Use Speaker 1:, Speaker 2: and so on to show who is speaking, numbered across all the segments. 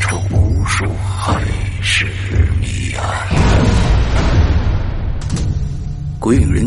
Speaker 1: 出无数海市谜案。鬼影人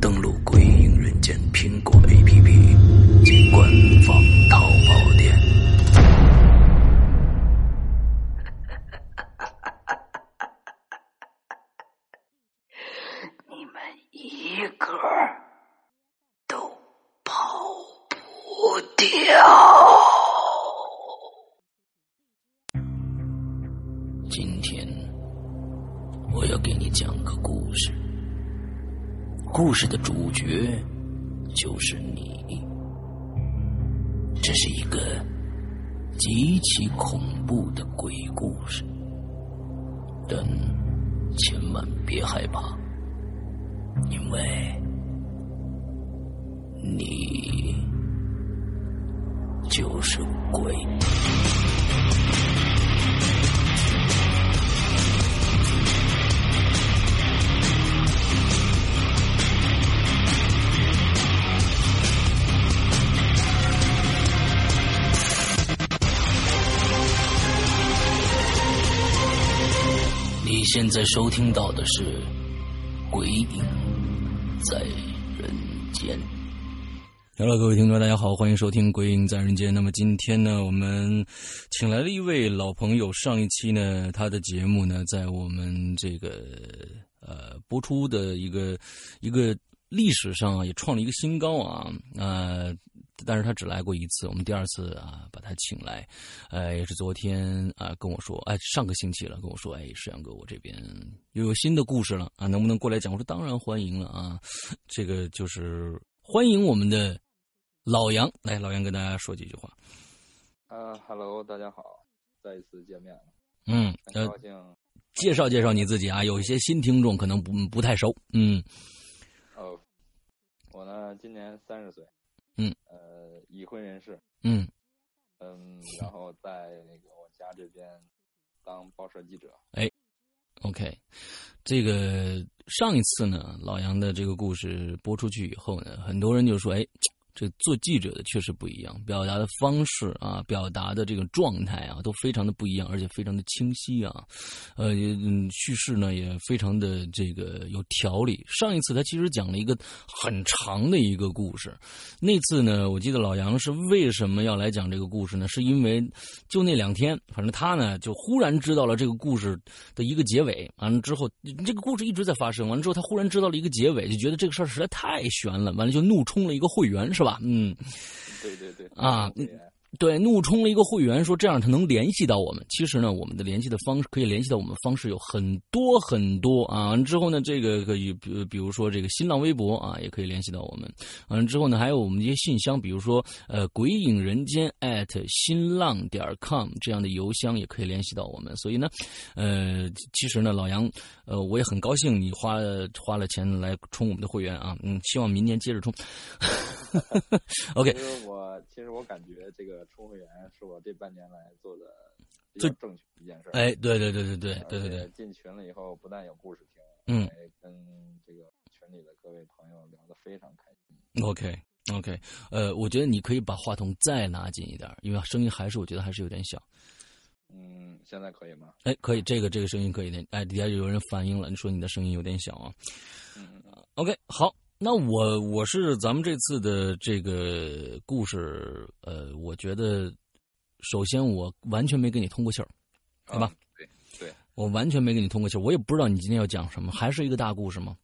Speaker 1: 登录《鬼影人间》苹果 APP 及官方淘宝店。
Speaker 2: 你们一个都跑不掉。
Speaker 1: 今天我要给你讲个故事，故事的主角就是你。这是一个极其恐怖的鬼故事，但千万别害怕，因为你就是鬼。你现在收听到的是《鬼影在人间》。Hello，各位听众，大家好，欢迎收听《鬼影在人间》。那么今天呢，我们请来了一位老朋友。上一期呢，他的节目呢，在我们这个呃播出的一个一个历史上啊，也创了一个新高啊。呃，但是他只来过一次，我们第二次啊把他请来，呃，也是昨天啊、跟我说，哎，上个星期了，跟我说，哎，石阳哥，我这边又有新的故事了啊，能不能过来讲？我说当然欢迎了啊，这个就是欢迎我们的老杨，来，老杨跟大家说几句话。
Speaker 3: 呃哈喽，大家好，再一次见面了，
Speaker 1: 嗯，
Speaker 3: 很
Speaker 1: 呃，
Speaker 3: 高兴。
Speaker 1: 介绍介绍你自己啊，有一些新听众可能不不太熟，嗯
Speaker 3: 哦，我呢今年三十岁，
Speaker 1: 嗯，
Speaker 3: 呃，已婚人士，
Speaker 1: 嗯，
Speaker 3: 嗯，然后在那个我家这边当报社记者。
Speaker 1: OK，这个上一次呢，老杨的这个故事播出去以后呢，很多人就说：“哎，这做记者的确实不一样，表达的方式啊，表达的这个状态啊，都非常的不一样，而且非常的清晰啊，呃，也嗯叙事呢也非常的这个有条理。”上一次他其实讲了一个很长的一个故事，那次呢，我记得老杨是为什么要来讲这个故事呢？是因为就那两天，反正他呢就忽然知道了这个故事的一个结尾，完了之后，这个故事一直在发生，完了之后他忽然知道了一个结尾，就觉得这个事儿实在太悬了，完了就怒充了一个会员，是吧？嗯，
Speaker 3: 对对对。
Speaker 1: 啊
Speaker 3: 对对
Speaker 1: 对，怒充了一个会员，说这样他能联系到我们。其实呢，我们的联系的方式可以联系到我们的方式有很多很多啊。完了之后呢，这个可以比如比如说这个新浪微博啊，也可以联系到我们。完了之后呢，还有我们一些信箱，比如说呃“鬼影人间 ”at 新浪点 com 这样的邮箱也可以联系到我们。所以呢，呃，其实呢，老杨，呃，我也很高兴你花花了钱来充我们的会员啊。嗯，希望明年接着充。OK，
Speaker 3: 其实我其实我感觉这个充会员是我这半年来做的比
Speaker 1: 最
Speaker 3: 较正确的一件事儿。
Speaker 1: 哎，对对对对对对对
Speaker 3: 而
Speaker 1: 对
Speaker 3: 且，进群了以后，不但有故事听，
Speaker 1: 嗯。
Speaker 3: 还跟这个群里的各位朋友聊得非常开心。
Speaker 1: OK OK，呃，我觉得你可以把话筒再拿近一点儿，因为声音还是我觉得还是有点小。
Speaker 3: 嗯，现在可以吗？
Speaker 1: 哎，可以，这个这个声音可以的。哎，底下有人反映了，你说你的声音有点小啊。
Speaker 3: 嗯嗯
Speaker 1: OK，好，那我我是咱们这次的这个故事，呃，我觉得首先我完全没给你通过气儿，好
Speaker 3: 嗯，
Speaker 1: 吧
Speaker 3: 啊？对对。
Speaker 1: 我完全没给你通过气儿，我也不知道你今天要讲什么，还是一个大故事吗？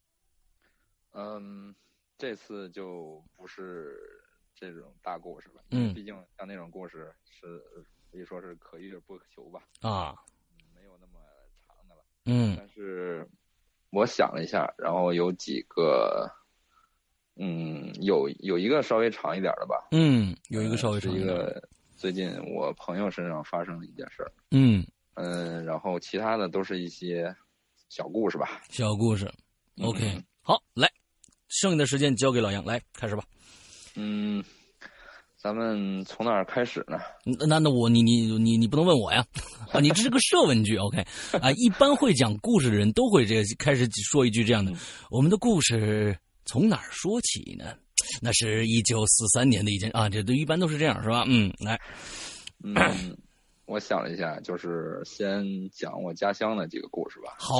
Speaker 3: 嗯，这次就不是这种大故事了，
Speaker 1: 嗯
Speaker 3: 因为毕竟像那种故事是可以说是可遇而不可求吧，
Speaker 1: 啊，
Speaker 3: 没有那么长的了。
Speaker 1: 嗯
Speaker 3: 但是我想了一下，然后有几个，嗯，有有一个稍微长一点的吧，
Speaker 1: 嗯，有一个稍微
Speaker 3: 呃是
Speaker 1: 长
Speaker 3: 一
Speaker 1: 点的，
Speaker 3: 个最近我朋友身上发生的一件事儿，
Speaker 1: 嗯，
Speaker 3: 嗯，然后其他的都是一些小故事吧。
Speaker 1: 小故事。
Speaker 3: 嗯
Speaker 1: OK，、好，来，剩下的时间交给老杨，来开始吧。
Speaker 3: 嗯，咱们从哪儿开始呢？
Speaker 1: 那那那我你你你你不能问我呀， 啊，你这是个设问句，OK，啊， 一般会讲故事的人都会这开始说一句这样的，我们的故事从哪儿说起呢？那是一九四三年的一件啊，这都一般都是这样是吧？嗯，来，
Speaker 3: 嗯， 我想了一下，就是先讲我家乡的几个故事吧。
Speaker 1: 好，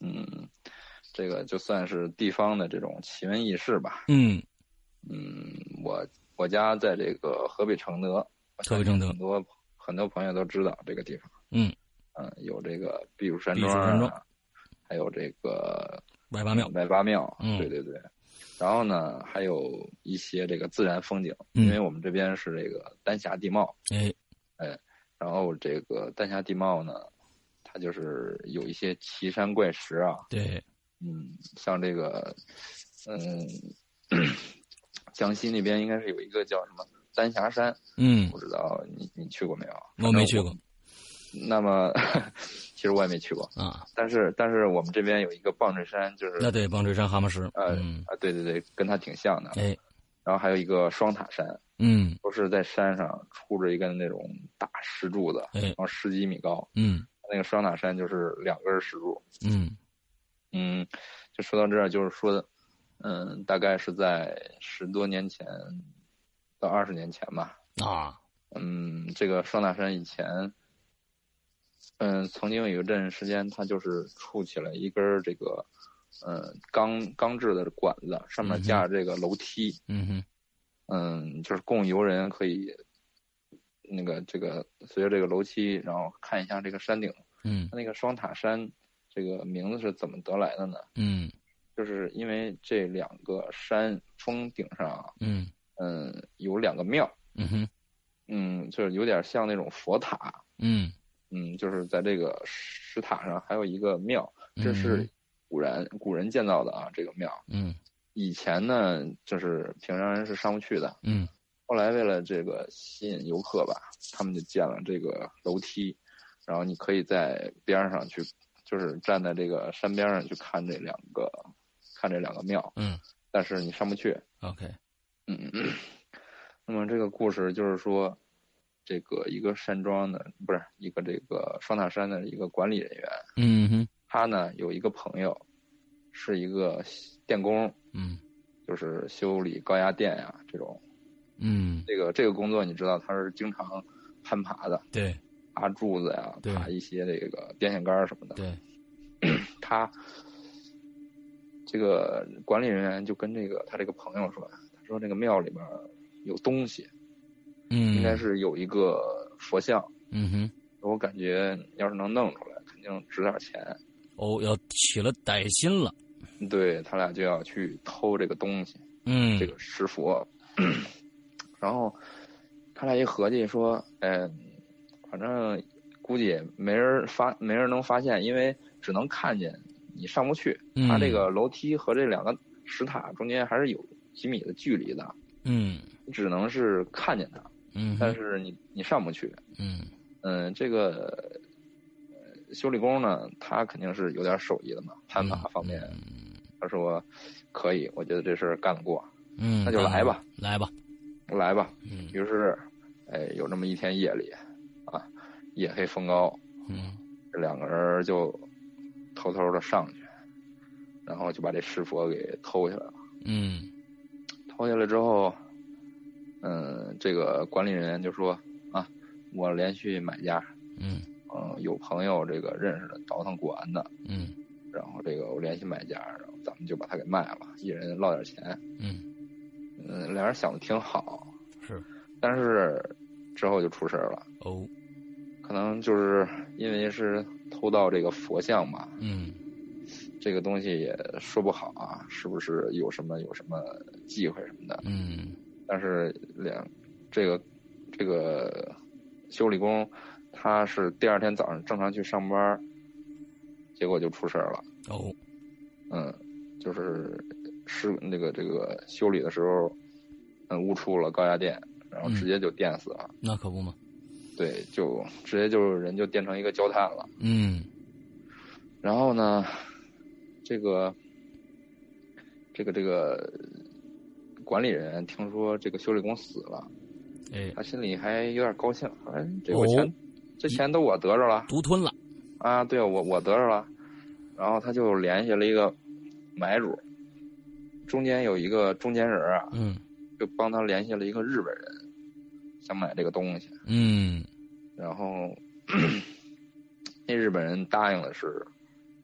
Speaker 3: 嗯，这个就算是地方的这种奇闻异事吧。
Speaker 1: 嗯，
Speaker 3: 嗯，我我家在这个河北承德，
Speaker 1: 河北承德
Speaker 3: 很多很多朋友都知道这个地方。
Speaker 1: 嗯
Speaker 3: 嗯，有这个避暑山
Speaker 1: 避暑
Speaker 3: 庄啊，
Speaker 1: 山庄
Speaker 3: 还有这个
Speaker 1: 外八庙，
Speaker 3: 百八庙，
Speaker 1: 嗯
Speaker 3: 对对对。然后呢，还有一些这个自然风景，
Speaker 1: 嗯
Speaker 3: 因为我们这边是这个丹霞地貌，
Speaker 1: 哎，
Speaker 3: 然后这个丹霞地貌呢，它就是有一些奇山怪石啊，
Speaker 1: 对，
Speaker 3: 嗯，像这个，嗯，江西那边应该是有一个叫什么丹霞山，
Speaker 1: 嗯，
Speaker 3: 不知道你你去过没有？
Speaker 1: 我没去过
Speaker 3: 那么， 其实我也没去过，
Speaker 1: 啊，
Speaker 3: 但是但是我们这边有一个棒槌山，就是
Speaker 1: 那对，棒槌山蛤蟆石，
Speaker 3: 呃、
Speaker 1: 嗯，
Speaker 3: 啊，对对对，跟它挺像的。
Speaker 1: 哎，
Speaker 3: 然后还有一个双塔山，
Speaker 1: 嗯，
Speaker 3: 都是在山上出着一根那种大石柱子，
Speaker 1: 哎
Speaker 3: 然后十几米高。
Speaker 1: 嗯
Speaker 3: 那个双塔山就是两根石柱。
Speaker 1: 嗯
Speaker 3: 嗯，就说到这儿，就是说的，嗯，大概是在十多年前到二十年前吧。
Speaker 1: 啊，
Speaker 3: 嗯，这个双塔山以前，嗯，曾经有一阵时间，它就是竖起了一根儿这个，嗯，钢钢制的管子，上
Speaker 1: 嗯
Speaker 3: 面
Speaker 1: 哼
Speaker 3: 架着这个楼梯。
Speaker 1: 嗯哼，
Speaker 3: 嗯，就是供游人可以那个这个随着这个楼梯，然后看一下这个山顶。
Speaker 1: 嗯
Speaker 3: 那个双塔山这个名字是怎么得来的呢？
Speaker 1: 嗯
Speaker 3: 就是因为这两个山峰顶上啊，
Speaker 1: 嗯
Speaker 3: 嗯，有两个庙，
Speaker 1: 嗯哼，
Speaker 3: 嗯，就是有点像那种佛塔，
Speaker 1: 嗯，
Speaker 3: 嗯，就是在这个石塔上还有一个庙，这
Speaker 1: 嗯
Speaker 3: 是古人古人建造的啊，这个庙
Speaker 1: 嗯
Speaker 3: 以前呢就是平常人是上不去的，
Speaker 1: 嗯
Speaker 3: 后来为了这个吸引游客吧，他们就建了这个楼梯，然后你可以在边儿上去，就是站在这个山边儿上去看这两个，看这两个庙，
Speaker 1: 嗯
Speaker 3: 但是你上不去。
Speaker 1: ，OK，
Speaker 3: 嗯，嗯那么这个故事就是说，这个一个山庄的不是一个这个双塔山的一个管理人员，
Speaker 1: 嗯哼，
Speaker 3: 他呢有一个朋友，是一个电工，
Speaker 1: 嗯
Speaker 3: 就是修理高压电呀、这种。
Speaker 1: 嗯，
Speaker 3: 这个这个工作你知道，他是经常攀爬的，
Speaker 1: 对
Speaker 3: 爬柱子呀，
Speaker 1: 对
Speaker 3: 爬一些这个电线杆儿什么的。
Speaker 1: 对，
Speaker 3: 他这个管理人员就跟这个他这个朋友说，他说这个庙里面有东西，
Speaker 1: 嗯，
Speaker 3: 应该，是有一个佛像，
Speaker 1: 嗯哼，
Speaker 3: 我感觉要是能弄出来，肯定值点钱。
Speaker 1: 哦，要起了歹心了，
Speaker 3: 对他俩就要去偷这个东西，
Speaker 1: 嗯，
Speaker 3: 这个石佛。 然后他俩一合计说，哎，反正估计也没人发，没人能发现，因为只能看见，你上不去。
Speaker 1: 嗯
Speaker 3: 他这个楼梯和这两个石塔中间还是有几米的距离的，
Speaker 1: 嗯
Speaker 3: 你只能是看见它，
Speaker 1: 嗯，
Speaker 3: 但是你你上不去。
Speaker 1: 嗯
Speaker 3: 嗯，这个。呃修理工呢，他肯定是有点手艺的嘛，
Speaker 1: 嗯
Speaker 3: 攀爬方面，他说可以，我觉得这事儿干得过，
Speaker 1: 嗯，
Speaker 3: 那就来吧，
Speaker 1: 来吧，
Speaker 3: 来吧。
Speaker 1: 嗯
Speaker 3: 于是，哎，有这么一天夜里，啊，夜黑风高，
Speaker 1: 嗯
Speaker 3: 这两个人就偷偷的上去，然后就把这石佛给偷下来了。
Speaker 1: 嗯
Speaker 3: 偷下来之后，嗯，这个管理人员就说啊，我连续买家，
Speaker 1: 嗯
Speaker 3: 嗯，有朋友这个认识的倒腾古玩的，
Speaker 1: 嗯
Speaker 3: 然后这个我联系买家，然后咱们就把它给卖了，一人落点钱。
Speaker 1: 嗯，
Speaker 3: 嗯，俩人想的挺好，
Speaker 1: 是
Speaker 3: 但是之后就出事儿了。
Speaker 1: 哦，
Speaker 3: 可能就是因为是偷盗这个佛像嘛，
Speaker 1: 嗯
Speaker 3: 这个东西也说不好啊，是不是有什么有什么忌讳什么的？
Speaker 1: 嗯
Speaker 3: 但是两这个这个修理工，他是第二天早上正常去上班，结果就出事儿了。
Speaker 1: 哦，
Speaker 3: 嗯，就是施那个这个修理的时候，嗯，误触了高压电，然后直接就电死了。
Speaker 1: 那可不嘛。
Speaker 3: 对，就直接就是人就电成一个焦炭了。
Speaker 1: 嗯
Speaker 3: 然后呢，这个这个这个管理人听说这个修理工死了，
Speaker 1: 哎，
Speaker 3: 他心里还有点高兴，哎，这我
Speaker 1: 哦
Speaker 3: 钱、这钱都我得着了
Speaker 1: 独吞了。
Speaker 3: 啊，对我我得着了。然后他就联系了一个买主，中间有一个中间人啊，
Speaker 1: 嗯
Speaker 3: 就帮他联系了一个日本人，想买这个东西。
Speaker 1: 嗯
Speaker 3: 然后那日本人答应的是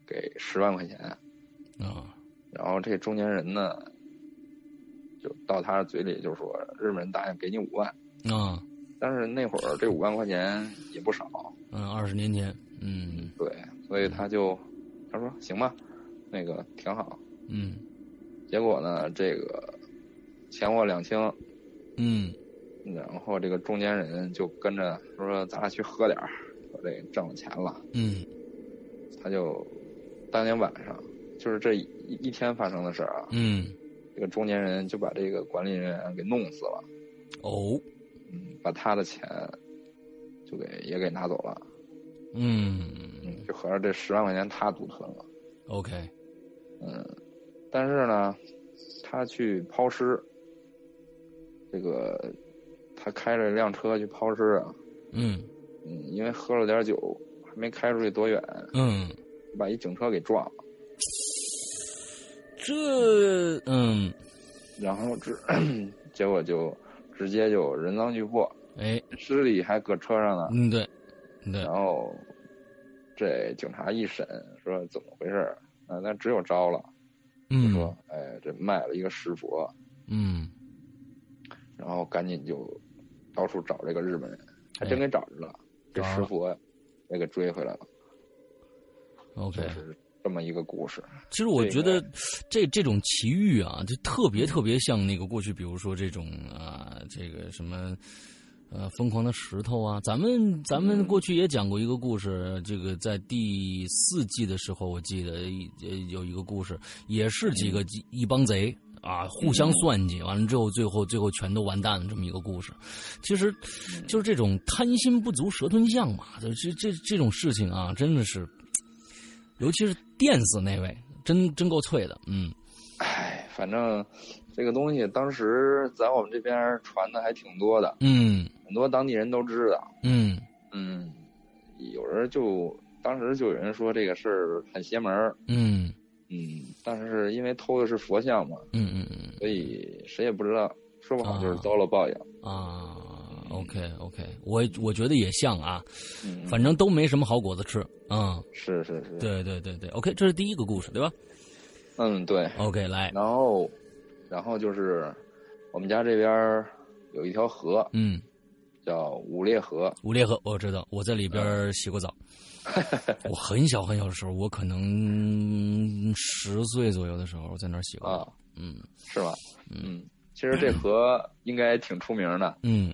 Speaker 3: 给十万块钱，
Speaker 1: 啊
Speaker 3: 然后这中间人呢，就到他嘴里就说日本人答应给你五万，
Speaker 1: 啊
Speaker 3: 但是那会儿这五万块钱也不少，
Speaker 1: 嗯，二十年前，嗯
Speaker 3: 对，所以他就他说行吧，那个挺好。
Speaker 1: 嗯
Speaker 3: 结果呢，这个钱货两清，
Speaker 1: 嗯
Speaker 3: 然后这个中间人就跟着说咱俩去喝点儿，说这挣了钱了。
Speaker 1: 嗯
Speaker 3: 他就当天晚上，就是这一一天发生的事儿啊，
Speaker 1: 嗯，
Speaker 3: 这个中年人就把这个管理人员给弄死了，
Speaker 1: 哦，
Speaker 3: 嗯，把他的钱就给也给拿走了，
Speaker 1: 嗯
Speaker 3: 嗯，就合着这十万块钱他独吞了，
Speaker 1: ，OK，
Speaker 3: 嗯，但是呢，他去抛尸，这个他开着一辆车去抛尸啊，
Speaker 1: 嗯
Speaker 3: 嗯，因为喝了点酒，还没开出去多远，
Speaker 1: 嗯，
Speaker 3: 把一警车给撞了。
Speaker 1: 这嗯
Speaker 3: 然后这 结果就直接就人赃俱获，
Speaker 1: 哎
Speaker 3: 尸体还搁车上呢。
Speaker 1: 嗯对对
Speaker 3: 然后这警察一审说怎么回事儿？啊，那只有招了，就
Speaker 1: 嗯
Speaker 3: 说哎，这卖了一个石佛，
Speaker 1: 嗯
Speaker 3: 然后赶紧就到处找这个日本人，还真给找着了，这
Speaker 1: 哎找着
Speaker 3: 石
Speaker 1: 了
Speaker 3: 佛也给追回来了，
Speaker 1: OK
Speaker 3: 就。是这么一个故事。
Speaker 1: 其实我
Speaker 3: 这
Speaker 1: 觉
Speaker 3: 个
Speaker 1: 得这这种奇遇啊，就特别特别像那个过去，比如说这种啊，这个什么。呃，疯狂的石头啊，咱们咱们
Speaker 3: 嗯
Speaker 1: 过去也讲过一个故事，这个在第四季的时候，我记得呃有一个故事，也是几
Speaker 3: 嗯
Speaker 1: 个一帮贼啊，互相算计，完了之后，最后最后全都完蛋了，这么一个故事。其实就是这种贪心不足蛇吞象嘛，就这这这种事情啊，真的是，尤其是电死那位，真真够脆的，嗯
Speaker 3: 哎，反正这个东西当时在我们这边传的还挺多的，
Speaker 1: 嗯
Speaker 3: 很多当地人都知道。
Speaker 1: 嗯
Speaker 3: 嗯，有人就当时就有人说这个事儿很邪门儿，
Speaker 1: 嗯
Speaker 3: 嗯，但是因为偷的是佛像嘛，
Speaker 1: 嗯嗯嗯
Speaker 3: 所以谁也不知道，说不好就是
Speaker 1: 啊
Speaker 3: 遭了报应。
Speaker 1: 啊，OK OK，我我觉得也像啊，
Speaker 3: 嗯，
Speaker 1: 反正都没什么好果子吃，嗯，
Speaker 3: 是是是，，
Speaker 1: 对对对对，OK，这是第一个故事对吧
Speaker 3: 嗯对。
Speaker 1: ？OK，来，
Speaker 3: 然后，然后就是我们家这边儿有一条河
Speaker 1: 嗯，
Speaker 3: 叫五裂河，
Speaker 1: 五裂河我知道，我在里边
Speaker 3: 嗯
Speaker 1: 儿洗过 澡。我很小很小的时候，我可能十岁左右的时候，我在那儿洗过澡。
Speaker 3: 啊
Speaker 1: 嗯
Speaker 3: 是吧？嗯，其实这河应该挺出名的，
Speaker 1: 嗯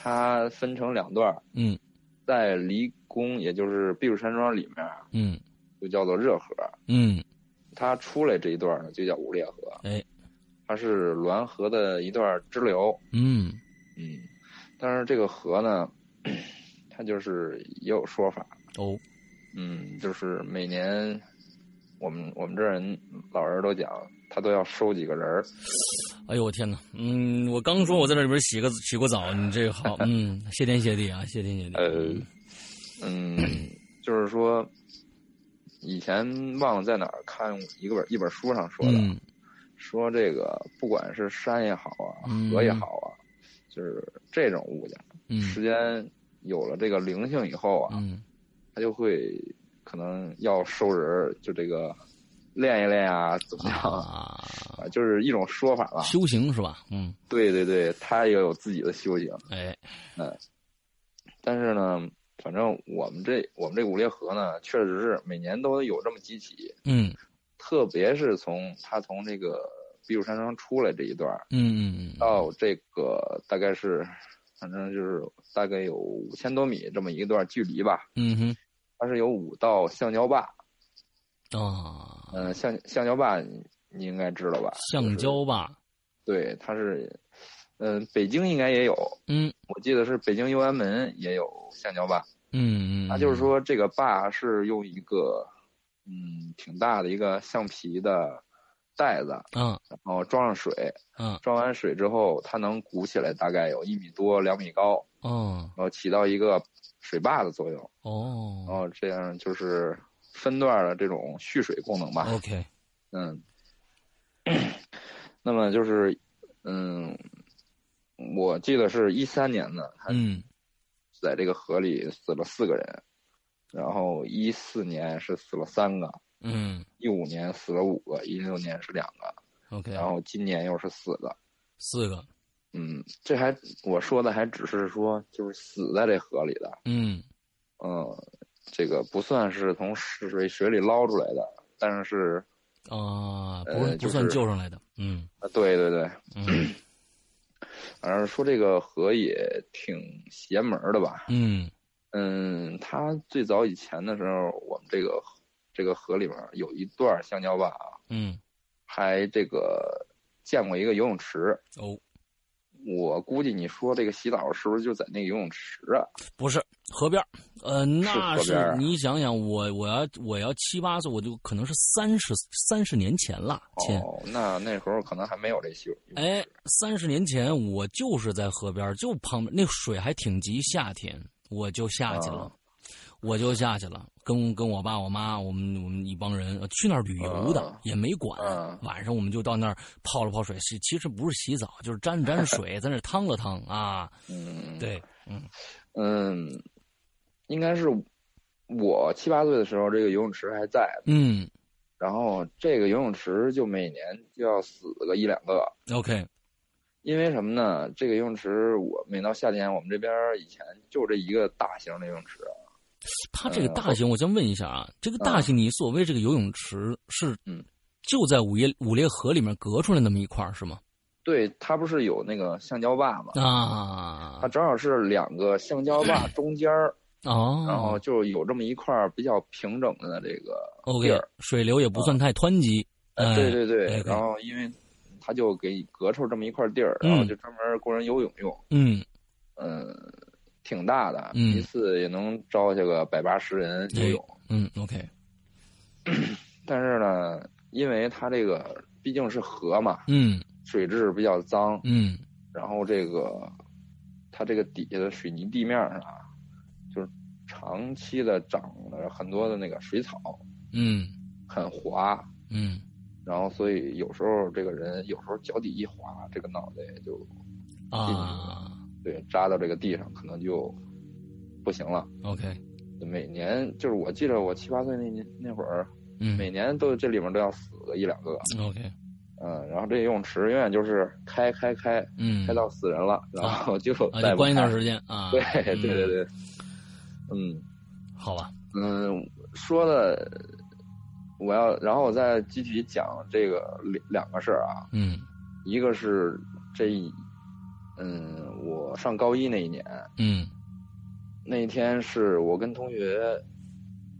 Speaker 3: 它分成两段儿，
Speaker 1: 嗯
Speaker 3: 在离宫，也就是避暑山庄里面儿，
Speaker 1: 嗯
Speaker 3: 就叫做热河。
Speaker 1: 嗯
Speaker 3: 它出来这一段呢，就叫五裂河。
Speaker 1: 哎，
Speaker 3: 它是滦河的一段支流。
Speaker 1: 嗯
Speaker 3: 嗯，但是这个河呢， 它就是也有说法。
Speaker 1: 哦
Speaker 3: 嗯，就是每年我们我们这儿人老人都讲，他都要收几个人儿。
Speaker 1: 哎呦我天哪！嗯，我刚说我在那里边洗个洗过澡，你这好，嗯，谢天谢地啊，谢天谢地。
Speaker 3: 呃，嗯，就是说，以前忘了在哪儿看一个本一本书上说的，
Speaker 1: 嗯
Speaker 3: 说这个不管是山也好啊，
Speaker 1: 嗯
Speaker 3: 河也好啊，就是这种物件。
Speaker 1: 嗯
Speaker 3: 时间有了这个灵性以后啊，
Speaker 1: 嗯
Speaker 3: 他就会可能要收人儿，就这个练一练啊，怎么样啊？
Speaker 1: 啊，
Speaker 3: 啊就是一种说法吧。
Speaker 1: 修行是吧？嗯，
Speaker 3: 对对对，他也有自己的修行，
Speaker 1: 哎
Speaker 3: 但是呢，反正我们这我们这五裂河呢，确实是每年都有这么几起，
Speaker 1: 嗯
Speaker 3: 特别是从他从这个避暑山庄出来这一段儿
Speaker 1: 嗯嗯嗯
Speaker 3: 到这个大概是，反正就是大概有五千多米这么一段距离吧，
Speaker 1: 嗯哼
Speaker 3: 它是有五道橡胶坝，
Speaker 1: 啊，
Speaker 3: 嗯、橡橡胶坝你应该知道吧？
Speaker 1: 橡胶坝，
Speaker 3: 对，它是，嗯、北京应该也有，
Speaker 1: 嗯
Speaker 3: 我记得是北京右安门也有橡胶坝。
Speaker 1: 嗯嗯，
Speaker 3: 它就是说这个坝是用一个，嗯，挺大的一个橡皮的袋子，
Speaker 1: 嗯，
Speaker 3: 然后装上水，
Speaker 1: 嗯
Speaker 3: 装完水之后，它能鼓起来，大概有一米多、两米高，
Speaker 1: 嗯
Speaker 3: 然后起到一个水坝的作用，然
Speaker 1: 哦
Speaker 3: 后这样就是分段的这种蓄水功能吧。
Speaker 1: ，OK，
Speaker 3: 嗯， 那么就是，嗯，我记得是一三年的，他
Speaker 1: 嗯
Speaker 3: 在这个河里死了四个人，然后一四年是死了三个，
Speaker 1: 嗯
Speaker 3: 一五年死了五个，一六年是两个，
Speaker 1: ，OK，
Speaker 3: 然后今年又是四个。
Speaker 1: 四个，
Speaker 3: 嗯，这还我说的还只是说就是死在这河里的，
Speaker 1: 嗯
Speaker 3: 嗯，这个不算是从水水里捞出来的，但是
Speaker 1: 啊，不
Speaker 3: 呃
Speaker 1: 是
Speaker 3: 就
Speaker 1: 不算
Speaker 3: 是
Speaker 1: 救上来的，嗯
Speaker 3: 啊，对对对，
Speaker 1: 嗯
Speaker 3: 反正说这个河也挺邪门儿的吧。
Speaker 1: 嗯
Speaker 3: 嗯，它最早以前的时候，我们这个这个河里面有一段橡胶坝啊，
Speaker 1: 嗯，
Speaker 3: 还这个建过一个游泳池。
Speaker 1: 哦，
Speaker 3: 我估计你说这个洗澡是不是就在那个游泳池啊？
Speaker 1: 不是河边儿，呃，那
Speaker 3: 河边
Speaker 1: 是
Speaker 3: 儿啊
Speaker 1: 你想想，我我要我要七八岁，我就可能是三十三十年前了，亲。
Speaker 3: 哦，那那时候可能还没有这修。
Speaker 1: 哎，三十年前我就是在河边儿，就旁边那水还挺急，夏天我就下去了，
Speaker 3: 啊
Speaker 1: 我就下去了，跟跟我爸我妈，我们我们一帮人呃去那儿旅游的，
Speaker 3: 啊
Speaker 1: 也没管。
Speaker 3: 啊
Speaker 1: 晚上我们就到那儿泡了泡水，其其实不是洗澡，就是沾了沾水，在那儿趟了趟啊。
Speaker 3: 嗯，
Speaker 1: 对，
Speaker 3: 嗯，应该是我七八岁的时候，这个游泳池还在，
Speaker 1: 嗯
Speaker 3: 然后这个游泳池就每年就要死个一两个，
Speaker 1: ，OK，
Speaker 3: 因为什么呢？这个游泳池我每到夏天，我们这边以前就这一个大型的游泳池，
Speaker 1: 它这个大型，我先问一下啊，这个大型，你所谓这个游泳池是
Speaker 3: 嗯
Speaker 1: 就在五叶五裂河里面隔出来那么一块儿是吗？
Speaker 3: 对，它不是有那个橡胶坝吗？
Speaker 1: 啊
Speaker 3: 它正好是两个橡胶坝中间儿，
Speaker 1: 哦，
Speaker 3: 然后就有这么一块儿比较平整的这个
Speaker 1: OK，
Speaker 3: 地儿。啊
Speaker 1: 水流也不算太湍急。哎
Speaker 3: 对对对，
Speaker 1: OK
Speaker 3: 然后因为它就给你隔出这么一块地儿，
Speaker 1: 嗯
Speaker 3: 然后就专门供人游泳用，
Speaker 1: 嗯，
Speaker 3: 嗯，挺大的，
Speaker 1: 嗯
Speaker 3: 一次也能招下个百八十人游泳。
Speaker 1: 嗯，OK，
Speaker 3: 但是呢，因为它这个毕竟是河嘛，
Speaker 1: 嗯
Speaker 3: 水质比较脏，
Speaker 1: 嗯
Speaker 3: 然后这个它这个底下的水泥地面上啊，就是长期的长了很多的那个水草，
Speaker 1: 嗯
Speaker 3: 很滑，
Speaker 1: 嗯，
Speaker 3: 然后所以有时候这个人有时候脚底一滑，这个脑袋就
Speaker 1: 啊
Speaker 3: 对扎到这个地上，可能就不行了。
Speaker 1: ，OK，
Speaker 3: 每年就是我记得我七八岁那年那会儿，
Speaker 1: 嗯
Speaker 3: 每年都这里面都要死个一两个，
Speaker 1: ，OK，
Speaker 3: 嗯，然后这游泳池永远就是开开开
Speaker 1: 嗯，
Speaker 3: 开到死人了，然后就
Speaker 1: 啊，就
Speaker 3: 再不
Speaker 1: 关一段
Speaker 3: 开
Speaker 1: 时间啊。
Speaker 3: 对对
Speaker 1: 嗯
Speaker 3: 对，对，嗯
Speaker 1: 好吧，
Speaker 3: 嗯，说的我要，然后我再具体讲这个两两个事儿啊，
Speaker 1: 嗯
Speaker 3: 一个是这一，嗯，我上高一那一年，
Speaker 1: 嗯
Speaker 3: 那一天是我跟同学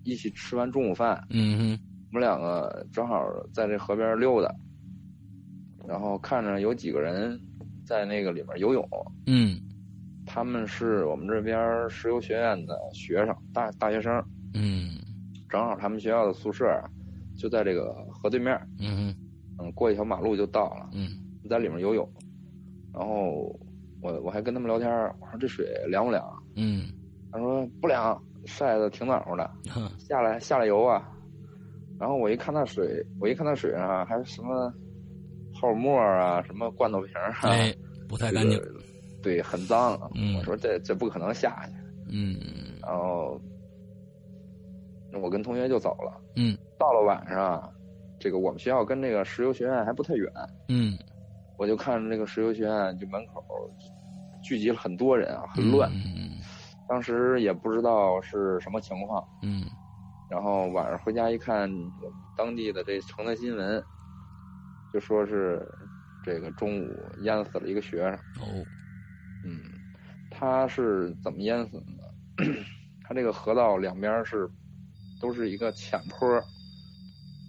Speaker 3: 一起吃完中午饭，
Speaker 1: 嗯
Speaker 3: 我们两个正好在这河边溜达，然后看着有几个人在那个里面游泳，
Speaker 1: 嗯嗯
Speaker 3: 他们是我们这边石油学院的学生，大大学生，
Speaker 1: 嗯
Speaker 3: 正好他们学校的宿舍啊就在这个河对面儿，
Speaker 1: 嗯
Speaker 3: 嗯，过一条马路就到了，
Speaker 1: 嗯
Speaker 3: 在里面游泳，然后我我还跟他们聊天儿，我说这水凉不凉？
Speaker 1: 嗯，
Speaker 3: 他说不凉，晒得挺暖和的，
Speaker 1: 哈
Speaker 3: 下来下来游啊。然后我一看那水，我一看那水上啊，还有什么泡沫啊，什么罐头瓶儿啊，
Speaker 1: 哎，不太干净
Speaker 3: 这。个对，很脏啊。
Speaker 1: 嗯
Speaker 3: 我说这这不可能下去，
Speaker 1: 嗯
Speaker 3: 然后我跟同学就走了。
Speaker 1: 嗯
Speaker 3: 到了晚上啊，这个我们学校跟这个石油学院还不太远，
Speaker 1: 嗯，
Speaker 3: 我就看这个石油学院就门口聚集了很多人啊，很乱。
Speaker 1: 嗯
Speaker 3: 当时也不知道是什么情况，
Speaker 1: 嗯
Speaker 3: 然后晚上回家一看，我们当地的这城的新闻，就说是这个中午淹死了一个学生。
Speaker 1: 哦，
Speaker 3: 嗯，他是怎么淹死的呢？ 他这个河道两边是都是一个浅坡，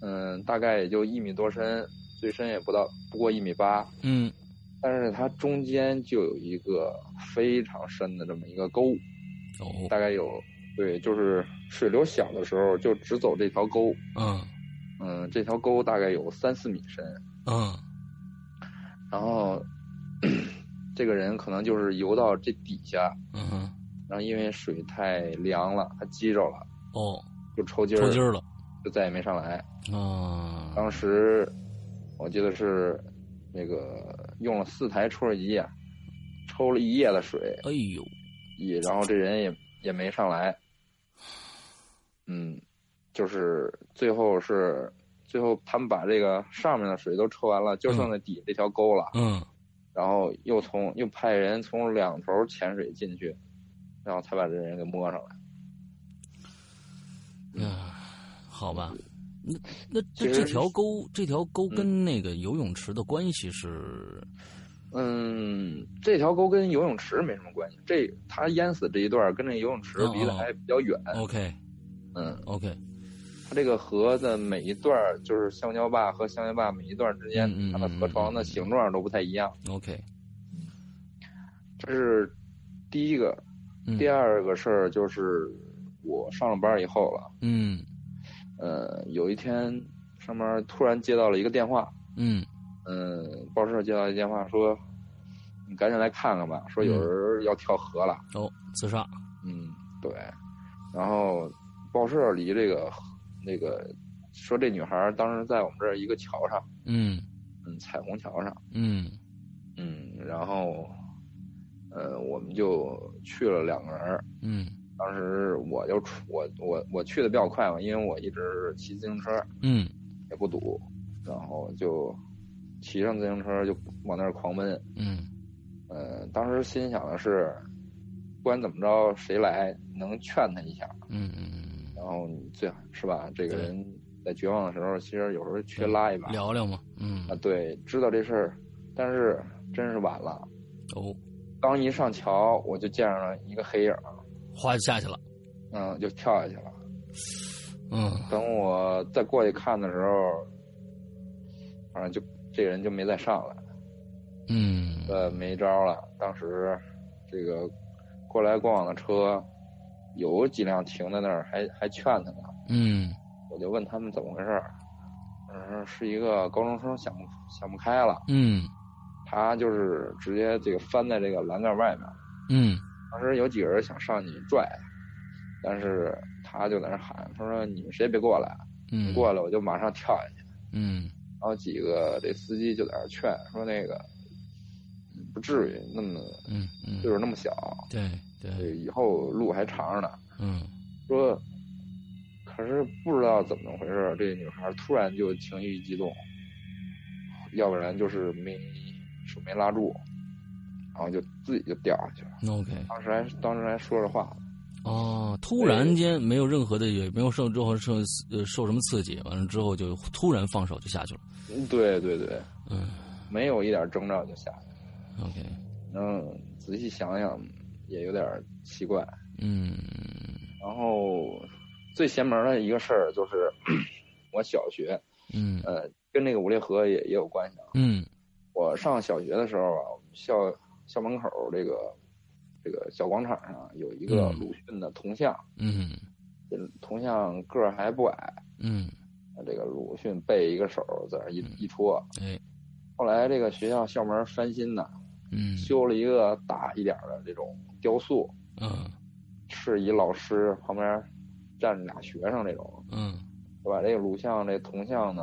Speaker 3: 嗯，大概也就一米多深，最深也不到不过一米八，
Speaker 1: 嗯
Speaker 3: 但是它中间就有一个非常深的这么一个沟，
Speaker 1: 哦
Speaker 3: 大概有对，就是水流小的时候就只走这条沟，
Speaker 1: 嗯
Speaker 3: 嗯，这条沟大概有三四米深，
Speaker 1: 嗯
Speaker 3: 然后 这个人可能就是游到这底下，
Speaker 1: 嗯哼
Speaker 3: 然后因为水太凉了，他肌肉了，
Speaker 1: 哦，
Speaker 3: 就抽筋
Speaker 1: 抽
Speaker 3: 儿，
Speaker 1: 筋儿了
Speaker 3: 就再也没上来。
Speaker 1: 啊
Speaker 3: 当时我记得是那个用了四台抽水机啊，抽了一夜的水，
Speaker 1: 哎呦
Speaker 3: 也然后这人也也没上来。嗯，就是最后是最后他们把这个上面的水都抽完了，就剩那底这条沟了。
Speaker 1: 嗯
Speaker 3: 然后又从又派人从两头潜水进去，然后才把这人给摸上来。
Speaker 1: 啊，好吧。那那
Speaker 3: 其
Speaker 1: 这
Speaker 3: 实
Speaker 1: 这条沟，这条沟跟那个游泳池的关系是，
Speaker 3: 嗯，这条沟跟游泳池没什么关系，这他淹死这一段跟这游泳
Speaker 1: 哦
Speaker 3: 池离得还比较远。
Speaker 1: OK
Speaker 3: 嗯，
Speaker 1: OK，
Speaker 3: 它这个河的每一段儿就是橡胶坝和橡胶坝每一段之间，
Speaker 1: 嗯嗯
Speaker 3: 它的河床的形状都不太一样。
Speaker 1: OK，
Speaker 3: 这是第一个，
Speaker 1: 嗯
Speaker 3: 第二个事儿就是我上了班以后了，
Speaker 1: 嗯
Speaker 3: 呃，有一天上班突然接到了一个电话，
Speaker 1: 嗯
Speaker 3: 嗯，报社接到一电话说，你赶紧来看看吧，
Speaker 1: 嗯
Speaker 3: 说有人要跳河了。
Speaker 1: 哦，自杀，
Speaker 3: 嗯，对。然后报社离这个河那个说这女孩儿当时在我们这儿一个桥上，
Speaker 1: 嗯
Speaker 3: 嗯，彩虹桥上，
Speaker 1: 嗯
Speaker 3: 嗯，然后呃，我们就去了两个人儿。
Speaker 1: 嗯
Speaker 3: 当时我就出我我我去的比较快嘛，因为我一直骑自行车
Speaker 1: 嗯
Speaker 3: 也不堵，然后就骑上自行车就往那儿狂奔。
Speaker 1: 嗯
Speaker 3: 呃，当时心想的是，不管怎么着，谁来能劝他一下，
Speaker 1: 嗯嗯，
Speaker 3: 然后你最好是吧？这个
Speaker 1: 对
Speaker 3: 人在绝望的时候，其实有时候缺
Speaker 1: 对
Speaker 3: 拉一把
Speaker 1: 聊聊嘛，嗯
Speaker 3: 啊。对，知道这事儿，但是真是晚了。
Speaker 1: 哦，
Speaker 3: 刚一上桥，我就见上了一个黑影儿，
Speaker 1: 花就下去了，
Speaker 3: 嗯，就跳下去了。
Speaker 1: 嗯
Speaker 3: 等我再过去看的时候，反正就这个人就没再上来，
Speaker 1: 嗯
Speaker 3: 呃，没招儿了。当时这个过来过往的车有几辆停在那儿，还还劝他呢。
Speaker 1: 嗯
Speaker 3: 我就问他们怎么回事儿，嗯，是一个高中生想不想不开了，
Speaker 1: 嗯
Speaker 3: 他就是直接这个翻在这个栏杆外面。
Speaker 1: 嗯
Speaker 3: 当时有几个人想上去拽，但是他就在那儿喊，他说：“你们谁也别过来，
Speaker 1: 嗯，
Speaker 3: 过来我就马上跳下去。”
Speaker 1: 嗯
Speaker 3: 然后几个这司机就在那儿劝说：“那个嗯不至于那么
Speaker 1: 嗯嗯，
Speaker 3: 岁数那么小，
Speaker 1: 对
Speaker 3: 呃
Speaker 1: 对，
Speaker 3: 以后路还长着呢。
Speaker 1: 嗯”
Speaker 3: 说，可是不知道怎么回事儿，这女孩突然就情绪激动，要不然就是没手没拉住，然后就自己就掉下去了。
Speaker 1: OK，
Speaker 3: 当时还当时还说着话，
Speaker 1: 哦，突然间没有任何的，也没有受之后受呃受什么刺激，完了之后就突然放手就下去了，
Speaker 3: 嗯对对对，
Speaker 1: 嗯
Speaker 3: 没有一点征兆就下去了。
Speaker 1: ，OK，
Speaker 3: 嗯，仔细想想也有点奇怪。
Speaker 1: 嗯
Speaker 3: 然后最邪门的一个事儿就是， 我小学
Speaker 1: 嗯
Speaker 3: 呃跟这个五裂河也也有关系啊。
Speaker 1: 嗯
Speaker 3: 我上小学的时候啊，我们校校门口这个这个小广场上有一个
Speaker 1: 嗯
Speaker 3: 鲁迅的铜像，
Speaker 1: 嗯
Speaker 3: 这铜像个儿还不矮，
Speaker 1: 嗯，
Speaker 3: 这个鲁迅背一个手在那儿一一戳。
Speaker 1: 哎，
Speaker 3: 后来这个学校校门翻新呢，
Speaker 1: 嗯
Speaker 3: 修了一个大一点儿的这种雕塑，
Speaker 1: 嗯
Speaker 3: 是一老师旁边站着俩学生这种，
Speaker 1: 嗯，
Speaker 3: 就把这个鲁像这铜像呢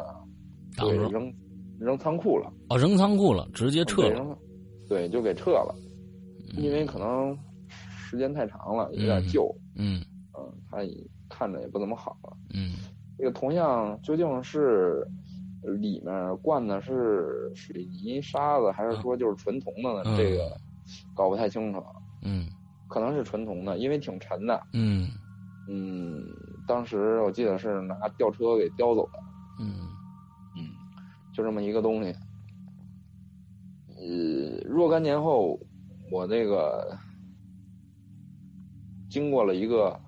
Speaker 1: 挡
Speaker 3: 给
Speaker 1: 着
Speaker 3: 扔扔仓库了，
Speaker 1: 哦，扔仓库了，直接撤
Speaker 3: 给
Speaker 1: 了，
Speaker 3: 扔了，哦对，就给撤了。
Speaker 1: 嗯
Speaker 3: 因为可能时间太长了，有点旧，
Speaker 1: 嗯
Speaker 3: 嗯，它也看着也不怎么好了。
Speaker 1: 嗯
Speaker 3: 这个铜像究竟是里面灌的是水泥沙子，还是说就是纯铜的呢？
Speaker 1: 嗯
Speaker 3: 这个搞不太清楚，
Speaker 1: 嗯
Speaker 3: 可能是纯铜的，因为挺沉的。
Speaker 1: 嗯
Speaker 3: 嗯，当时我记得是拿吊车给叼走的，
Speaker 1: 嗯
Speaker 3: 嗯，就这么一个东西。呃，若干年后，我那个经过了一个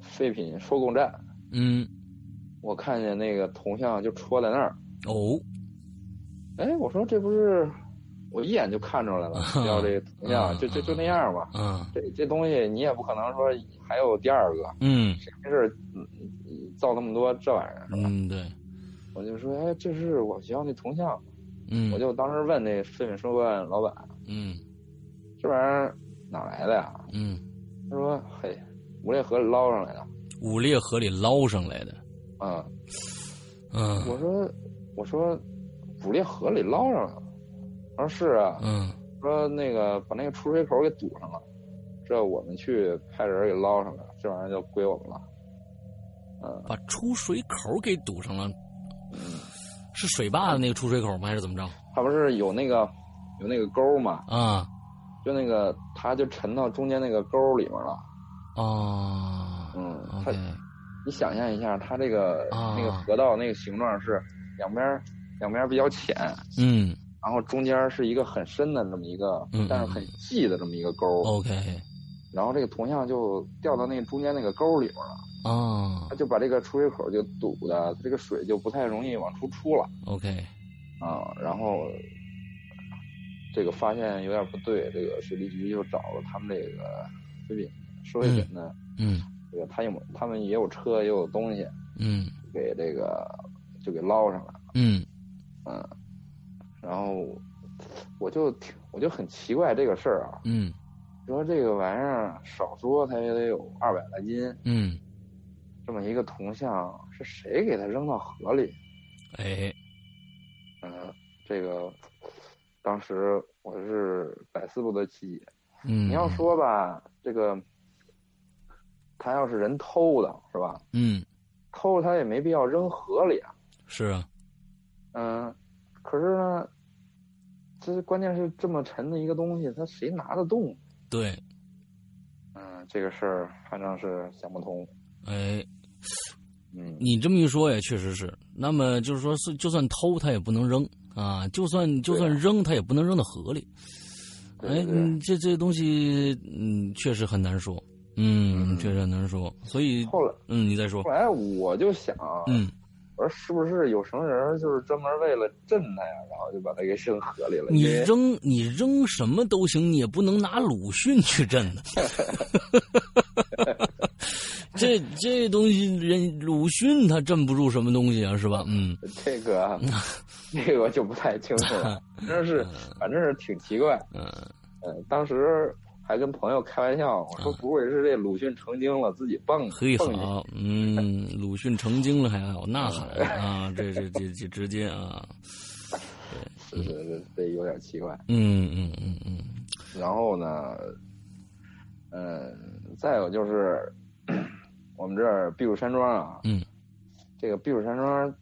Speaker 3: 废品收购站，
Speaker 1: 嗯
Speaker 3: 我看见那个铜像就戳在那儿。
Speaker 1: 哦，
Speaker 3: 哎，我说这不是，我一眼就看出来了，要这铜像就就就那样吧。
Speaker 1: 嗯
Speaker 3: 这这东西你也不可能说还有第二个，
Speaker 1: 嗯
Speaker 3: 谁没事儿嗯造那么多这玩意儿？
Speaker 1: 嗯，对，
Speaker 3: 我就说，哎，这是我学校那铜像。
Speaker 1: 嗯，
Speaker 3: 我就当时问那废品收购案老板，
Speaker 1: 嗯
Speaker 3: 这玩意儿哪来的呀？
Speaker 1: 嗯，
Speaker 3: 他说，嘿，五裂河里捞上来的。
Speaker 1: 五裂河里捞上来的，
Speaker 3: 嗯，我
Speaker 1: 嗯
Speaker 3: 说，我说，捕猎河里捞上了。他说是啊，
Speaker 1: 嗯
Speaker 3: 说那个把那个出水口给堵上了，这我们去派人给捞上来，这玩意儿就归我们了。嗯，
Speaker 1: 把出水口给堵上了，
Speaker 3: 嗯
Speaker 1: 是水坝的那个出水口吗？还是怎么着？
Speaker 3: 他不是有那个有那个沟嘛，
Speaker 1: 啊
Speaker 3: 就那个他就沉到中间那个沟里面了。
Speaker 1: 啊，
Speaker 3: 嗯他
Speaker 1: OK，
Speaker 3: 你想象一下，它这个、
Speaker 1: 啊
Speaker 3: 那个河道那个形状是两边儿两边儿比较浅，
Speaker 1: 嗯
Speaker 3: 然后中间是一个很深的这么一个，
Speaker 1: 嗯哦
Speaker 3: 但是很细的这么一个沟。
Speaker 1: ，OK，
Speaker 3: 然后这个铜像就掉到那个中间那个沟里边了，
Speaker 1: 啊
Speaker 3: 它就把这个出水口就堵的，它这个水就不太容易往出出了
Speaker 1: ，OK，
Speaker 3: 啊。然后这个发现有点不对，这个水利局就找了他们这个废品收废品的，
Speaker 1: 嗯
Speaker 3: 这个他有他们也有车也有东西，
Speaker 1: 嗯
Speaker 3: 给这个就给捞上来了，
Speaker 1: 嗯
Speaker 3: 嗯。然后我就挺我就很奇怪这个事儿啊，
Speaker 1: 嗯
Speaker 3: 说这个玩意儿少说它也得有二百来斤，
Speaker 1: 嗯，
Speaker 3: 这么一个铜像，是谁给他扔到河里？
Speaker 1: 哎，
Speaker 3: 嗯，这个当时我是百思不得其解。
Speaker 1: 嗯，
Speaker 3: 你要说吧，这个他要是人偷的，是吧？
Speaker 1: 嗯
Speaker 3: 偷他也没必要扔河里啊。
Speaker 1: 是啊，
Speaker 3: 嗯，可是呢，这关键是这么沉的一个东西，他谁拿得动？
Speaker 1: 对，
Speaker 3: 嗯，这个事儿反正是想不通。
Speaker 1: 哎，
Speaker 3: 嗯，
Speaker 1: 你这么一说也确实是。那么就是说是，就算偷他也不能扔啊，就算就算扔他也不能扔到河里。
Speaker 3: 对
Speaker 1: 哎，
Speaker 3: 对
Speaker 1: 嗯这这东西，嗯，确实很难说，嗯，
Speaker 3: 嗯
Speaker 1: 确实很难说。所以，
Speaker 3: 后来
Speaker 1: 嗯，你再说
Speaker 3: 后，来我就想，
Speaker 1: 嗯，
Speaker 3: 我说是不是有什么人儿就是专门为了震他呀，然后就把他给扔河里了？
Speaker 1: 你
Speaker 3: 因为
Speaker 1: 扔你扔什么都行，你也不能拿鲁迅去震的。 这这东西，人鲁迅他镇不住什么东西啊，是吧？嗯，
Speaker 3: 这 个啊，这个我就不太清楚了，反正是反正是挺奇怪。
Speaker 1: 嗯、
Speaker 3: 呃，当时还跟朋友开玩笑，我说不会是这鲁迅成精了，自己蹦
Speaker 1: 嗯嘿
Speaker 3: 蹦去。
Speaker 1: 好，嗯，鲁迅成精了还好，呐喊啊，这这这这直接啊，
Speaker 3: 是是是，这有点奇怪。
Speaker 1: 嗯嗯嗯嗯
Speaker 3: 然后呢，嗯，再有就是， 我们这儿避暑山庄啊，
Speaker 1: 嗯，
Speaker 3: 这个避暑山庄，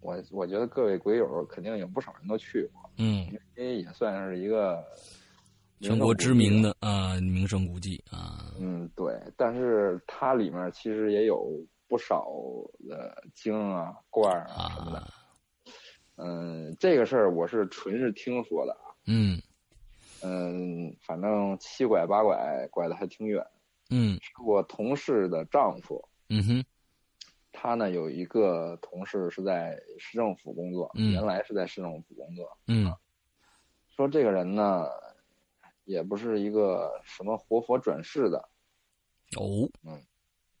Speaker 3: 我我觉得各位鬼友肯定有不少人都去过，
Speaker 1: 嗯，
Speaker 3: 因为也算是一个
Speaker 1: 全国知名
Speaker 3: 的。
Speaker 1: 的啊名胜古迹啊，
Speaker 3: 嗯，对，但是它里面其实也有不少的经啊、罐儿啊什么的。
Speaker 1: 啊，
Speaker 3: 嗯，这个事儿我是纯是听说的啊。
Speaker 1: 嗯
Speaker 3: 嗯，反正七拐八拐拐的还挺远。
Speaker 1: 嗯
Speaker 3: 是我同事的丈夫，
Speaker 1: 嗯哼，
Speaker 3: 他呢有一个同事是在市政府工作，
Speaker 1: 嗯
Speaker 3: 原来是在市政府工作。
Speaker 1: 嗯
Speaker 3: 说这个人呢，也不是一个什么活佛转世的，
Speaker 1: 哦，？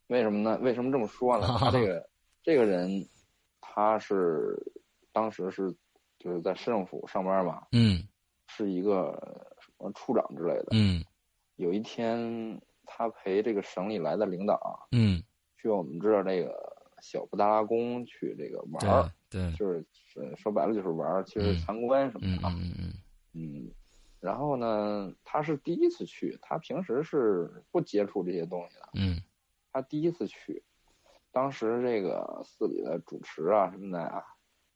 Speaker 3: 为什么呢？为什么这么说呢他这 个这个人，他是当时是就是在市政府上班嘛，
Speaker 1: 嗯
Speaker 3: 是一个什么处长之类的。
Speaker 1: 嗯
Speaker 3: 有一天，他陪这个省里来的领导啊
Speaker 1: 嗯，
Speaker 3: 去我们这儿这个小布达拉宫去这个玩
Speaker 1: 对
Speaker 3: 儿，
Speaker 1: 对，
Speaker 3: 啊就是呃说白了就是玩儿，其实
Speaker 1: 嗯
Speaker 3: 参观什么
Speaker 1: 嗯
Speaker 3: 的啊。
Speaker 1: 嗯嗯
Speaker 3: 嗯然后呢，他是第一次去，他平时是不接触这些东西的。
Speaker 1: 嗯
Speaker 3: 他第一次去，当时这个寺里的主持啊什么的啊，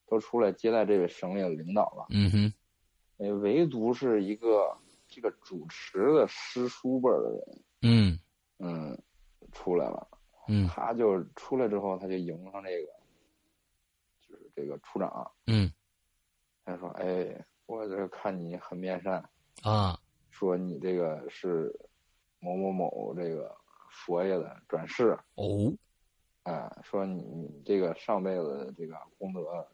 Speaker 3: 都出来接待这位省里的领导了。
Speaker 1: 嗯哼，
Speaker 3: 哎，唯独是一个这个主持的师叔辈儿的人，
Speaker 1: 嗯
Speaker 3: 嗯，出来了。
Speaker 1: 嗯
Speaker 3: 他就出来之后，他就迎上这个，就是这个处长，
Speaker 1: 嗯
Speaker 3: 他说：“哎，我这看你很面善，
Speaker 1: 啊，
Speaker 3: 说你这个是某某某这个佛爷的转世。”
Speaker 1: 哦，
Speaker 3: 啊，说你你这个上辈子这个功德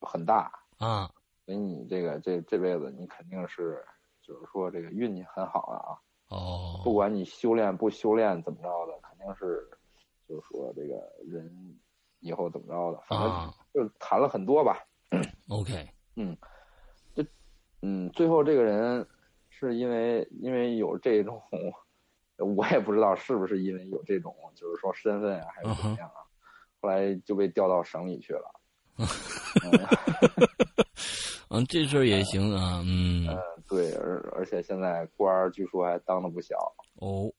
Speaker 3: 很大，
Speaker 1: 啊，
Speaker 3: 所以你这个这这辈子你肯定是就是说这个运气很好了啊，
Speaker 1: 哦，
Speaker 3: 不管你修炼不修炼怎么着的，肯定是就是说这个人以后怎么着的，反正
Speaker 1: 啊
Speaker 3: 就是谈了很多吧。
Speaker 1: ，OK，
Speaker 3: 嗯，最后这个人是因为因为有这种，我也不知道是不是因为有这种，就是说身份啊，还是怎么样啊，后来就被调到省里去了。
Speaker 1: 嗯，这事儿也行啊，嗯，
Speaker 3: 嗯，对，而而且现在官儿据说还当的不小。
Speaker 1: 哦，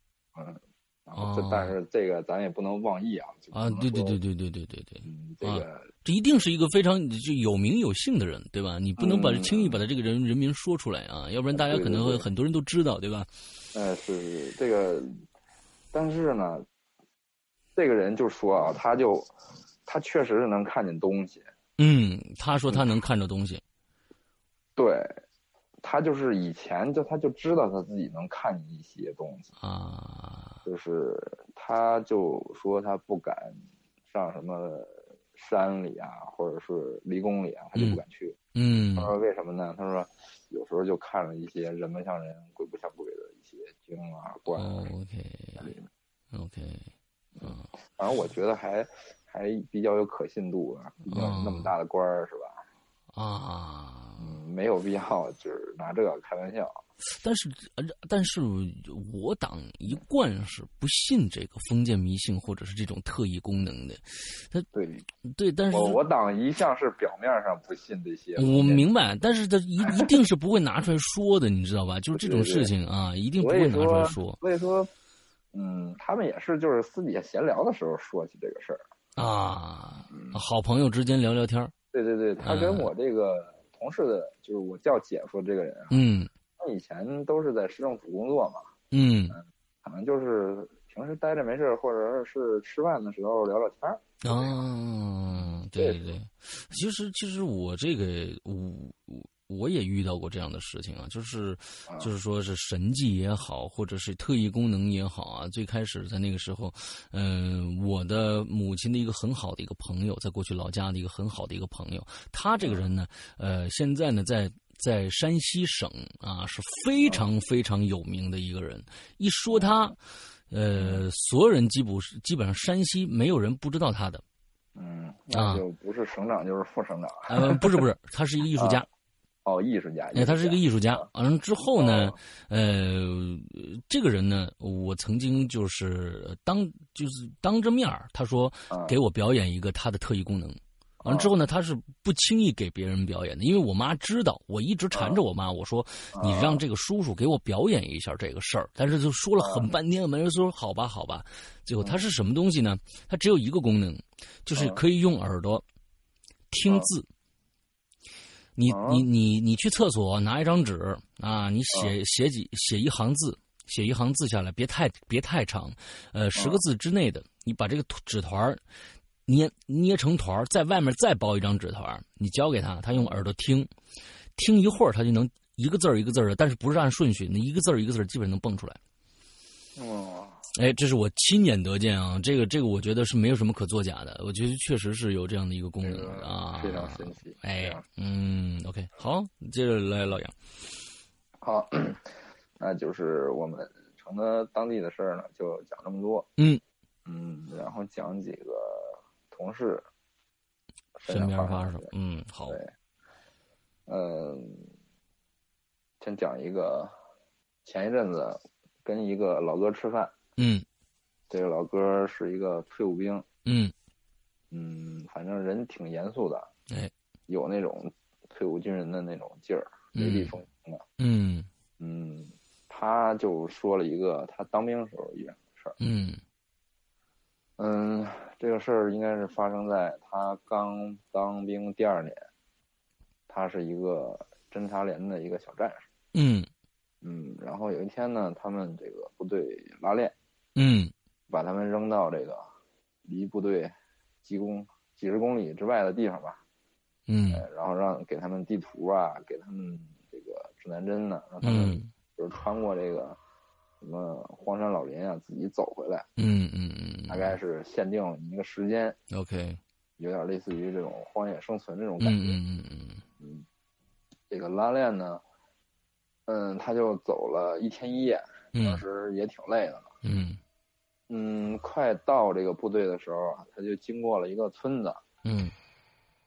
Speaker 3: 然后这
Speaker 1: 哦
Speaker 3: 但是这个咱也不能妄议啊。就不
Speaker 1: 啊，
Speaker 3: 能
Speaker 1: 对对
Speaker 3: 说
Speaker 1: 对，啊对对对对对，
Speaker 3: 嗯，这个
Speaker 1: 这一定是一个非常就有名有姓的人，对吧？你不能把
Speaker 3: 嗯
Speaker 1: 轻易把他这个人人名说出来啊，要不然大家可能
Speaker 3: 对对
Speaker 1: 会
Speaker 3: 对
Speaker 1: 很多人都知道，对吧？
Speaker 3: 呃，是是这个，但是呢，这个人就说啊，他就他确实是能看见东西，
Speaker 1: 嗯，他说他能看着东西，
Speaker 3: 对，他就是以前就他就知道他自己能看见一些东西，
Speaker 1: 啊，
Speaker 3: 就是他就说他不敢上什么山里啊，或者是离宫里啊，他就不敢去。
Speaker 1: 嗯
Speaker 3: 他说为什么呢？他说有时候就看了一些人不像人、鬼不像鬼的一些经啊、观啊
Speaker 1: 哦
Speaker 3: 什么
Speaker 1: ，OK
Speaker 3: 之类的
Speaker 1: OK，
Speaker 3: 反正我觉得还还比较有可信度啊，毕竟
Speaker 1: 哦
Speaker 3: 那么大的官儿是吧？
Speaker 1: 啊，
Speaker 3: 嗯，没有必要就是拿这个开玩笑。
Speaker 1: 但是呃但是我党一贯是不信这个封建迷信或者是这种特异功能的，
Speaker 3: 对
Speaker 1: 对，但是
Speaker 3: 我我党一向是表面上不信这些，
Speaker 1: 我明白，但是他一一定是不会拿出来说的，你知道吧？就是这种
Speaker 3: 对对
Speaker 1: 事
Speaker 3: 对
Speaker 1: 情啊，一定不
Speaker 3: 所
Speaker 1: 会
Speaker 3: 以
Speaker 1: 拿出来
Speaker 3: 说
Speaker 1: 说
Speaker 3: 所以说，嗯，他们也是就是私底下闲聊的时候说起这个事儿。
Speaker 1: 啊。好朋友之间聊聊天儿
Speaker 3: 对对对，他跟
Speaker 1: 嗯
Speaker 3: 我这个同事的，就是我叫姐夫这个人啊，
Speaker 1: 嗯
Speaker 3: 他以前都是在市政府工作嘛，
Speaker 1: 嗯
Speaker 3: 可能就是平时待着没事儿，或者是吃饭的时候聊聊天儿。
Speaker 1: 啊，对对对。其实其实我这个我我我也遇到过这样的事情啊，就是
Speaker 3: 啊
Speaker 1: 就是说是神迹也好，或者是特异功能也好啊。最开始在那个时候，嗯、我的母亲的一个很好的一个朋友，在过去老家的一个很好的一个朋友，他这个人呢，呃，现在呢在。在山西省啊，是非常非常有名的一个人。一说他，呃，所有人基本是基本上山西没有人不知道他的。
Speaker 3: 嗯，
Speaker 1: 啊
Speaker 3: 那就不是省长就是副省长，
Speaker 1: 呃，不是不是，他是一个艺术家，
Speaker 3: 哦，艺术家。
Speaker 1: 哎，他是一个艺术家。完了之后呢
Speaker 3: 哦，
Speaker 1: 呃，这个人呢，我曾经就是当就是当着面儿他说
Speaker 3: 嗯
Speaker 1: 给我表演一个他的特异功能。完了之后呢，他是不轻易给别人表演的，因为我妈知道，我一直缠着我妈，我说你让这个叔叔给我表演一下这个事儿，但是就说了很半天，没人说好吧好吧。最后它是什么东西呢？它只有一个功能，就是可以用耳朵听字。你
Speaker 3: 啊
Speaker 1: 你你你去厕所拿一张纸啊，你写写几写一行字，写一行字下来，别太别太长，呃，十个字之内的，你把这个纸团儿捏捏成团儿，在外面再包一张纸团儿，你交给他，他用耳朵听，听一会儿他就能一个字儿一个字儿的，但是不是按顺序，那一个字儿一个字儿基本能蹦出来。
Speaker 3: 哦，
Speaker 1: 哎，这是我亲眼得见啊，这个这个我觉得是没有什么可作假的，我觉得确实是有这样的一个功能的啊，
Speaker 3: 非常神奇。非
Speaker 1: 哎
Speaker 3: 常，
Speaker 1: 嗯，OK，好，接着来老杨，
Speaker 3: 好， 那就是我们承德当地的事儿呢，就讲这么多。
Speaker 1: 嗯
Speaker 3: 嗯，然后讲几个同事
Speaker 1: 身边发
Speaker 3: 发
Speaker 1: 生，嗯，好，
Speaker 3: 对，嗯，先讲一个，前一阵子跟一个老哥吃饭，
Speaker 1: 嗯
Speaker 3: 这个老哥是一个退伍兵，
Speaker 1: 嗯
Speaker 3: 嗯，反正人挺严肃的，
Speaker 1: 哎，
Speaker 3: 有那种退伍军人的那种劲儿，雷厉风行的。
Speaker 1: 嗯
Speaker 3: 嗯，他就说了一个他当兵时候遇上的事儿。
Speaker 1: 嗯
Speaker 3: 嗯，这个事儿应该是发生在他刚当兵第二年，他是一个侦察连的一个小战士。
Speaker 1: 嗯
Speaker 3: 嗯，然后有一天呢，他们这个部队拉练，
Speaker 1: 嗯
Speaker 3: 把他们扔到这个离部队几公几十公里之外的地方吧，
Speaker 1: 嗯
Speaker 3: 呃然后让给他们地图啊，给他们这个指南针呢、让他们
Speaker 1: 嗯
Speaker 3: 就是穿过这个什么荒山老林啊，自己走回来，
Speaker 1: 嗯嗯嗯
Speaker 3: 大概是限定一个时间，
Speaker 1: 嗯，OK，
Speaker 3: 哎有点类似于这种荒野生存这种
Speaker 1: 嗯
Speaker 3: 感觉。
Speaker 1: 嗯嗯嗯
Speaker 3: 嗯，这个拉练呢，嗯，他就走了一天一夜，当
Speaker 1: 嗯
Speaker 3: 时也挺累的了。
Speaker 1: 嗯
Speaker 3: 嗯，快到这个部队的时候啊，他就经过了一个村子，
Speaker 1: 嗯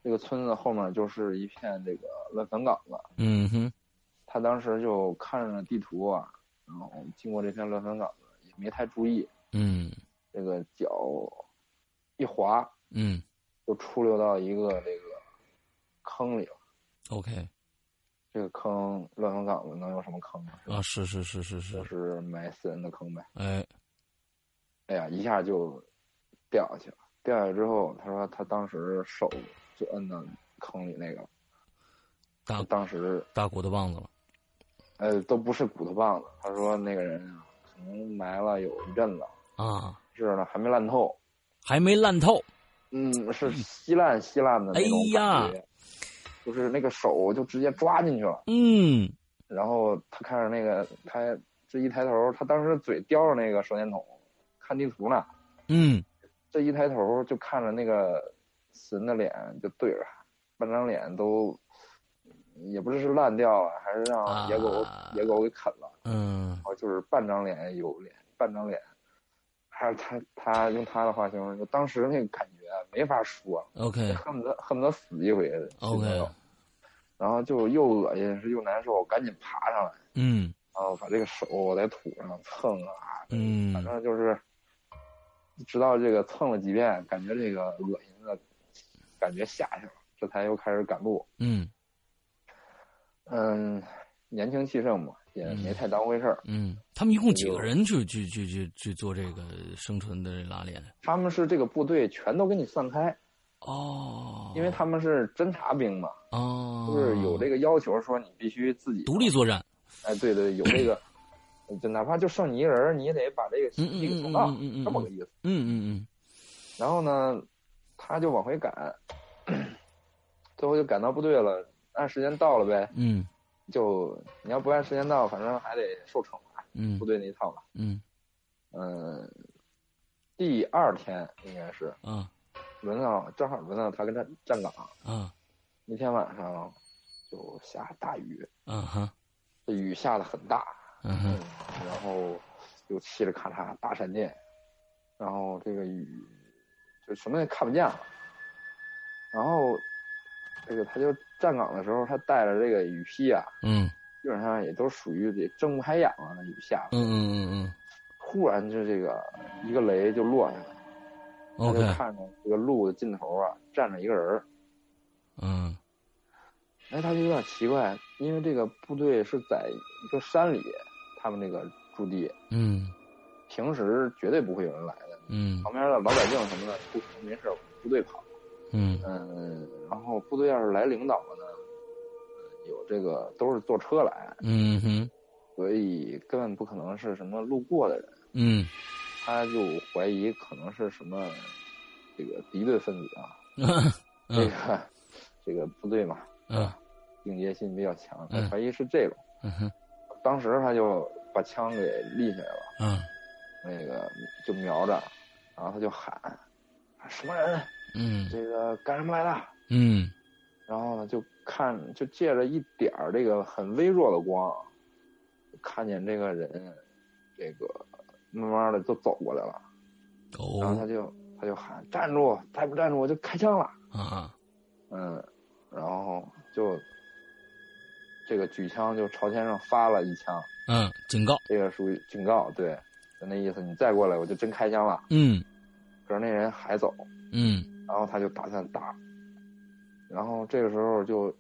Speaker 3: 这个村子后面就是一片这个乱坟岗子。
Speaker 1: 嗯哼，
Speaker 3: 他当时就看着地图啊，然后经过这片乱坟岗子，也没太注意，
Speaker 1: 嗯
Speaker 3: 这个脚一滑
Speaker 1: 嗯
Speaker 3: 就出溜到一个这个坑里了。
Speaker 1: ，OK，
Speaker 3: 这个坑乱坟岗子能有什么坑啊？
Speaker 1: 啊，是是是是，
Speaker 3: 就是是埋死人的坑呗。
Speaker 1: 哎，
Speaker 3: 哎呀，一下就掉下去了。掉下去之后，他说他当时手就摁到坑里那个，
Speaker 1: 大
Speaker 3: 当时
Speaker 1: 大骨头棒子了，
Speaker 3: 呃都不是骨头棒子。他说那个人啊，可能埋了有一阵了，
Speaker 1: 啊，
Speaker 3: 是呢还没烂透，
Speaker 1: 还没烂透，
Speaker 3: 嗯，是稀烂稀烂的那种感觉，就是那个手就直接抓进去了。
Speaker 1: 嗯
Speaker 3: 然后他看着那个他这一抬头，他当时嘴叼着那个手电筒看地图呢，
Speaker 1: 嗯
Speaker 3: 这一抬头就看着那个死人的脸就对着他，半张脸都也不是是烂掉了，还是让野狗、
Speaker 1: 啊
Speaker 3: 野狗给啃了，
Speaker 1: 嗯
Speaker 3: 然后就是半张脸有脸，半张脸，还是他他用他的话形容，就当时那个感觉啊没法说，
Speaker 1: ，OK
Speaker 3: 恨不得恨不得死一回的
Speaker 1: OK，
Speaker 3: 然后就又恶心是又难受，赶紧爬上来，
Speaker 1: 嗯
Speaker 3: 然后把这个手在土上蹭啊，
Speaker 1: 嗯
Speaker 3: 反正就是，直到这个蹭了几遍，感觉这个恶心的感觉下去了，这才又开始赶路。
Speaker 1: 嗯
Speaker 3: 嗯，年轻气盛嘛，也没太当回事儿。
Speaker 1: 嗯，他们一共几个人去去去去去做这个生存的拉练？
Speaker 3: 他们是这个部队全都给你散开，
Speaker 1: 哦，
Speaker 3: 因为他们是侦察兵嘛，
Speaker 1: 哦，
Speaker 3: 就是有这个要求，说你必须自己
Speaker 1: 独立。作战，
Speaker 3: 哎，对对，有这个，就哪怕就剩你一人儿，你也得把这个
Speaker 1: 嗯嗯
Speaker 3: 这个
Speaker 1: 嗯
Speaker 3: 通道
Speaker 1: 嗯嗯嗯
Speaker 3: 这么个意思。
Speaker 1: 嗯嗯
Speaker 3: 然后呢，他就往回赶， 最后就赶到部队了，按时间到了呗。
Speaker 1: 嗯
Speaker 3: 就你要不按时间到，反正还得受惩罚，
Speaker 1: 嗯
Speaker 3: 部队那一套吧。
Speaker 1: 嗯
Speaker 3: 嗯，第二天应该是
Speaker 1: 嗯啊
Speaker 3: 轮到，正好轮到他跟站站岗。
Speaker 1: 啊
Speaker 3: 那天晚上就下大雨，
Speaker 1: 啊哈
Speaker 3: 这雨下的很大，
Speaker 1: 嗯
Speaker 3: 嗯
Speaker 1: 哼，
Speaker 3: 然后又嘁里咔嚓大闪电，然后这个雨就什么也看不见了。然后这个他就站岗的时候，他带着这个雨披啊，
Speaker 1: 嗯
Speaker 3: 基本上也都属于得睁不开眼了，那雨下的
Speaker 1: 嗯嗯嗯
Speaker 3: 忽然就这个一个雷就落下来，
Speaker 1: 嗯
Speaker 3: 他就
Speaker 1: ，OK，
Speaker 3: 看着这个路的尽头啊站着一个人儿，
Speaker 1: 嗯
Speaker 3: 哎，他就有点奇怪，因为这个部队是在一个山里，他们那个驻地
Speaker 1: 嗯
Speaker 3: 平时绝对不会有人来的，
Speaker 1: 嗯
Speaker 3: 旁边的老百姓什么的不可能没事儿往部队跑，
Speaker 1: 嗯
Speaker 3: 嗯，然后部队要是来领导了呢，嗯有这个都是坐车来，
Speaker 1: 嗯哼
Speaker 3: 所以根本不可能是什么路过的人，
Speaker 1: 嗯
Speaker 3: 他就怀疑可能是什么这个敌对分子啊。这
Speaker 1: 嗯
Speaker 3: 个 这个部队嘛，
Speaker 1: 嗯
Speaker 3: 警戒心比较强，
Speaker 1: 嗯
Speaker 3: 他怀疑是这种。
Speaker 1: 嗯哼
Speaker 3: 当时他就把枪给立起来了，
Speaker 1: 嗯
Speaker 3: 那个就瞄着，然后他就喊：“什么人？
Speaker 1: 嗯
Speaker 3: 这个干什么来的
Speaker 1: 嗯？”
Speaker 3: 然后呢，就看就借着一点儿这个很微弱的光，看见这个人，这个慢慢的就走过来了，然后他
Speaker 1: 哦
Speaker 3: 就他就喊：“站住！再不站住我就开枪了！”
Speaker 1: 啊
Speaker 3: 嗯，然后就这个举枪就朝天上发了一枪，
Speaker 1: 嗯，警告，
Speaker 3: 这个属于警告，对，就那意思，你再过来我就真开枪了。
Speaker 1: 嗯
Speaker 3: 可是那人还走，
Speaker 1: 嗯
Speaker 3: 然后他就打算打，然后这个时候就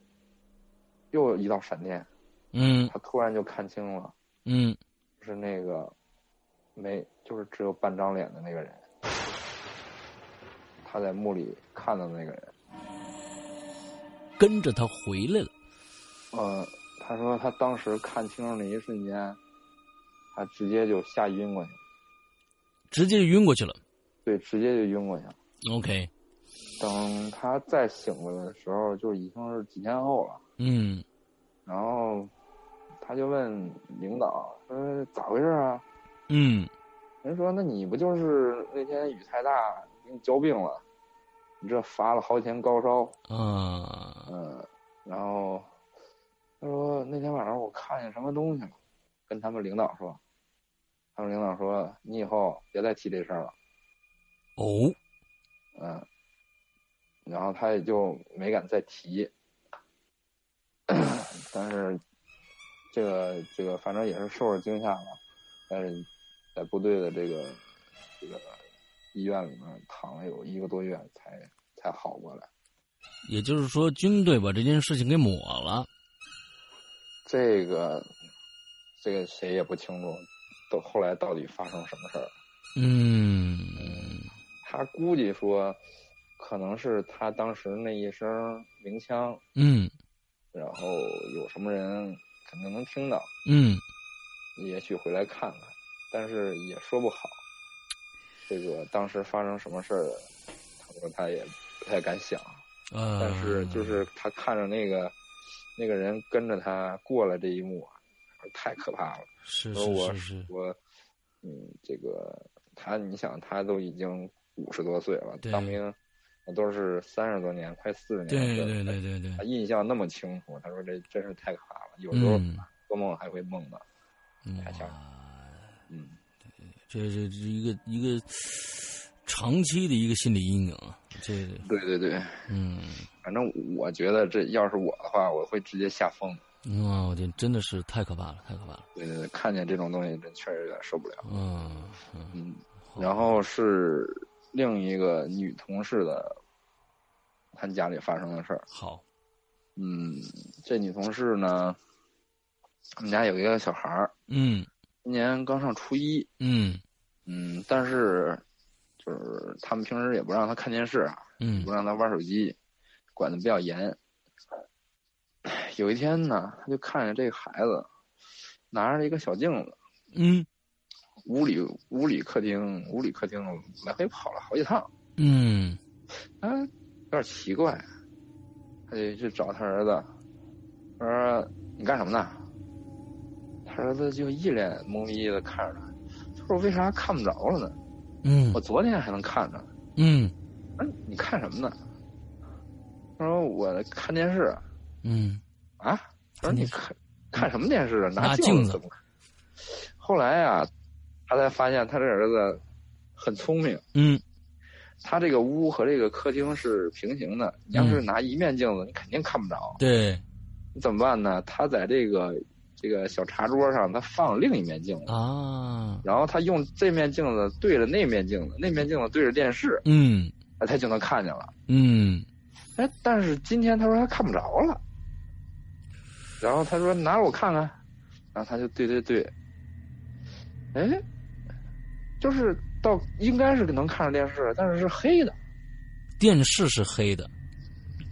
Speaker 3: 又一道闪电，
Speaker 1: 嗯
Speaker 3: 他突然就看清了，
Speaker 1: 嗯
Speaker 3: 是那个没，就是只有半张脸的那个人，他在墓里看到的那个人。
Speaker 1: 跟着他回来了，
Speaker 3: 呃，他说他当时看清楚那一瞬间，他直接就吓晕过去了，
Speaker 1: 直接晕过去了。
Speaker 3: 对，直接就晕过去了。
Speaker 1: OK，
Speaker 3: 等他再醒过来的时候，就已经是几天后了。
Speaker 1: 嗯
Speaker 3: 呃然后他就问领导说咋回事啊？
Speaker 1: 嗯
Speaker 3: 人说那你不就是那天雨太大给你浇病了，你这发了好几天高烧，
Speaker 1: 啊
Speaker 3: 嗯，然后他说那天晚上我看见什么东西了，跟他们领导说，他们领导说你以后别再提这事儿了，
Speaker 1: 哦
Speaker 3: 嗯，然后他也就没敢再提， 但是这个这个反正也是受了惊吓吧，但是在部队的这个这个医院里面躺了有一个多月才才好过来。
Speaker 1: 也就是说，军队把这件事情给抹了。
Speaker 3: 这个，这个谁也不清楚，到后来到底发生什么事儿。
Speaker 1: 嗯
Speaker 3: 他估计说，可能是他当时那一声鸣枪，
Speaker 1: 嗯
Speaker 3: 然后有什么人肯定能听到，
Speaker 1: 嗯，
Speaker 3: 也许回来看看，但是也说不好。这个当时发生什么事儿，他说他也不太敢想，
Speaker 1: 呃，
Speaker 3: 但是就是他看着那个那个人跟着他过来这一幕啊，太可怕了。
Speaker 1: 是
Speaker 3: 而我
Speaker 1: 是是是，
Speaker 3: 我，嗯，这个他，你想他都已经五十多岁了，
Speaker 1: 对
Speaker 3: 当兵那都是三十多年，快四十年
Speaker 1: 对
Speaker 3: 了。
Speaker 1: 对
Speaker 3: 他
Speaker 1: 对对对
Speaker 3: 他，印象那么清楚，他说这真是太可怕了，有时候
Speaker 1: 嗯，
Speaker 3: 做梦还会梦到。还想
Speaker 1: 哇
Speaker 3: 嗯，
Speaker 1: 这这这一个一个长期的一个心理阴影啊，这
Speaker 3: 对对对，
Speaker 1: 嗯
Speaker 3: 反正我觉得这要是我的话，我会直接吓疯。
Speaker 1: 啊，我天，真的是太可怕了，太可怕了，
Speaker 3: 对对对，看见这种东西，真确实有点受不了。
Speaker 1: 嗯嗯
Speaker 3: 嗯，然后是另一个女同事的，她家里发生的事儿。
Speaker 1: 好，
Speaker 3: 嗯，这女同事呢，我们家有一个小孩儿，
Speaker 1: 嗯
Speaker 3: 今年刚上初一。
Speaker 1: 嗯
Speaker 3: 嗯，但是就是他们平时也不让他看电视啊，
Speaker 1: 嗯
Speaker 3: 不让他玩手机，管的比较严。有一天呢，他就看见这个孩子拿着一个小镜子，
Speaker 1: 嗯
Speaker 3: 屋里屋里客厅屋里客厅来回跑了好几趟，
Speaker 1: 嗯
Speaker 3: 啊，有点奇怪，他就去找他儿子，他说：“你干什么呢？”他儿子就一脸懵逼的看着他，他说：“为啥看不着了呢？
Speaker 1: 嗯
Speaker 3: 我昨天还能看着呢。
Speaker 1: 嗯
Speaker 3: 我说你看什么呢？”他说：“我看电视
Speaker 1: 嗯，
Speaker 3: 啊。”他说：“你看看什么电视啊？
Speaker 1: 拿
Speaker 3: 镜
Speaker 1: 镜子
Speaker 3: 怎么看？”后来啊，他才发现他这儿子很聪明，
Speaker 1: 嗯
Speaker 3: 他这个屋和这个客厅是平行的，你要是拿一面镜子，你肯定看不着。
Speaker 1: 对
Speaker 3: 你怎么办呢？他在这个这个小茶桌上，他放另一面镜子，
Speaker 1: 啊，
Speaker 3: 然后他用这面镜子对着那面镜子，那面镜子对着电视，
Speaker 1: 嗯
Speaker 3: 哎，他就能看见了。
Speaker 1: 嗯
Speaker 3: 哎，但是今天他说他看不着了，然后他说拿我看看，然后他就对对对，哎，就是到应该是能看着电视，但是是黑的，
Speaker 1: 电视是黑的，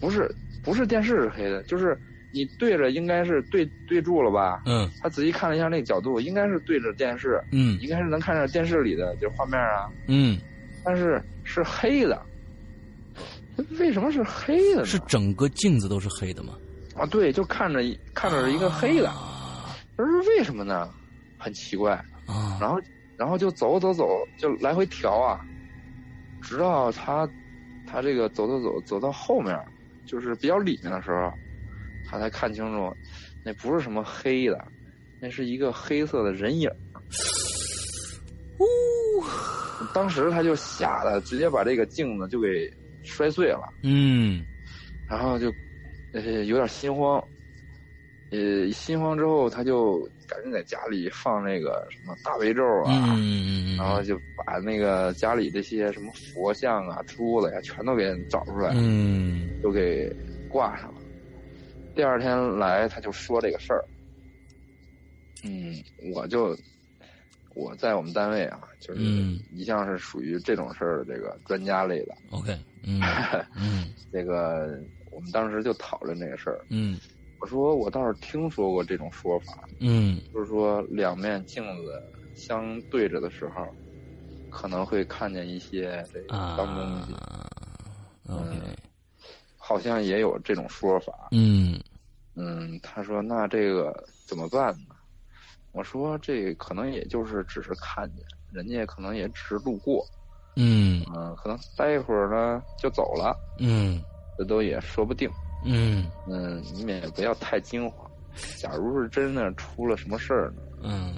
Speaker 3: 不是不是电视是黑的，就是你对着应该是对对住了吧？
Speaker 1: 嗯
Speaker 3: 他仔细看了一下那个角度，应该是对着电视，
Speaker 1: 嗯
Speaker 3: 应该是能看着电视里的就是画面啊，
Speaker 1: 嗯，
Speaker 3: 但是是黑的。为什么是黑的呢？
Speaker 1: 是整个镜子都是黑的吗？
Speaker 3: 啊，对，就看着一看着一个黑的，
Speaker 1: 啊
Speaker 3: 他说为什么呢？很奇怪。
Speaker 1: 啊，
Speaker 3: 然后然后就走走走，就来回调啊，直到他他这个走走走走到后面，就是比较里面的时候，他才看清楚，那不是什么黑的，那是一个黑色的人影。
Speaker 1: 呜，
Speaker 3: 当时他就吓得直接把这个镜子就给摔碎了，
Speaker 1: 嗯
Speaker 3: 然后就呃有点心慌，呃心慌之后他就赶紧在家里放那个什么大悲咒
Speaker 1: 嗯
Speaker 3: 啊，
Speaker 1: 嗯嗯，
Speaker 3: 然后就把那个家里这些什么佛像啊、珠子呀、全都给找出来，
Speaker 1: 嗯
Speaker 3: 都给挂上了。第二天来，他就说这个事儿。嗯，我就我在我们单位啊，就是
Speaker 1: 嗯
Speaker 3: 一向是属于这种事儿的这个专家类的。
Speaker 1: OK，嗯嗯
Speaker 3: 这个我们当时就讨论这个事儿。
Speaker 1: 嗯
Speaker 3: 我说我倒是听说过这种说法，
Speaker 1: 嗯
Speaker 3: 就是说两面镜子相对着的时候，可能会看见一些这个
Speaker 1: 啊
Speaker 3: 脏东西。
Speaker 1: ，OK，
Speaker 3: 好像也有这种说法。
Speaker 1: 嗯
Speaker 3: 嗯，他说那这个怎么办呢？我说这可能也就是只是看见，人家可能也只是路过，
Speaker 1: 嗯
Speaker 3: 嗯、可能待一会儿呢就走了，
Speaker 1: 嗯
Speaker 3: 这都也说不定。
Speaker 1: 嗯
Speaker 3: 嗯，你们也不要太惊慌。假如是真的出了什么事儿呢，
Speaker 1: 嗯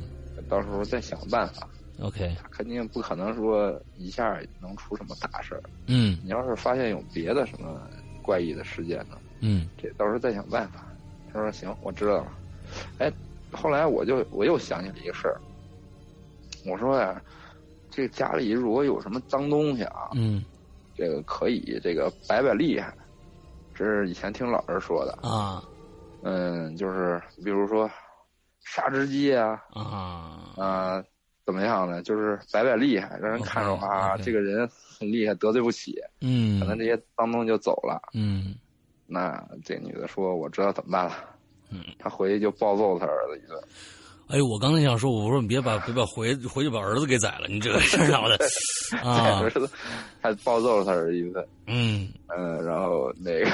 Speaker 3: 到时候再想办法。
Speaker 1: ，OK，
Speaker 3: 他肯定不可能说一下能出什么大事儿。
Speaker 1: 嗯
Speaker 3: 你要是发现有别的什么怪异的事件呢，
Speaker 1: 嗯
Speaker 3: 这到时候再想办法。他说行，我知道了。哎，后来我就我又想起了一个事儿，我说呀、这家里如果有什么脏东西啊，
Speaker 1: 嗯
Speaker 3: 这个可以这个摆摆厉害。这是以前听老人说的，
Speaker 1: 啊
Speaker 3: 嗯，就是比如说杀只鸡啊，
Speaker 1: 啊
Speaker 3: 啊、怎么样呢？就是摆摆厉害，让人看着
Speaker 1: OK，
Speaker 3: 啊
Speaker 1: OK
Speaker 3: 这个人很厉害，得罪不起，
Speaker 1: 嗯
Speaker 3: 可能这些脏东西就走了。
Speaker 1: 嗯
Speaker 3: 那这女的说：“我知道怎么办了。”
Speaker 1: 嗯，
Speaker 3: 她回去就暴揍她儿子一顿。
Speaker 1: 哎，我刚才想说，我说你别把别把回回去把儿子给宰了，你这个事儿闹的 啊
Speaker 3: 儿，子还暴揍她儿子一顿。
Speaker 1: 嗯
Speaker 3: 嗯，然后那个，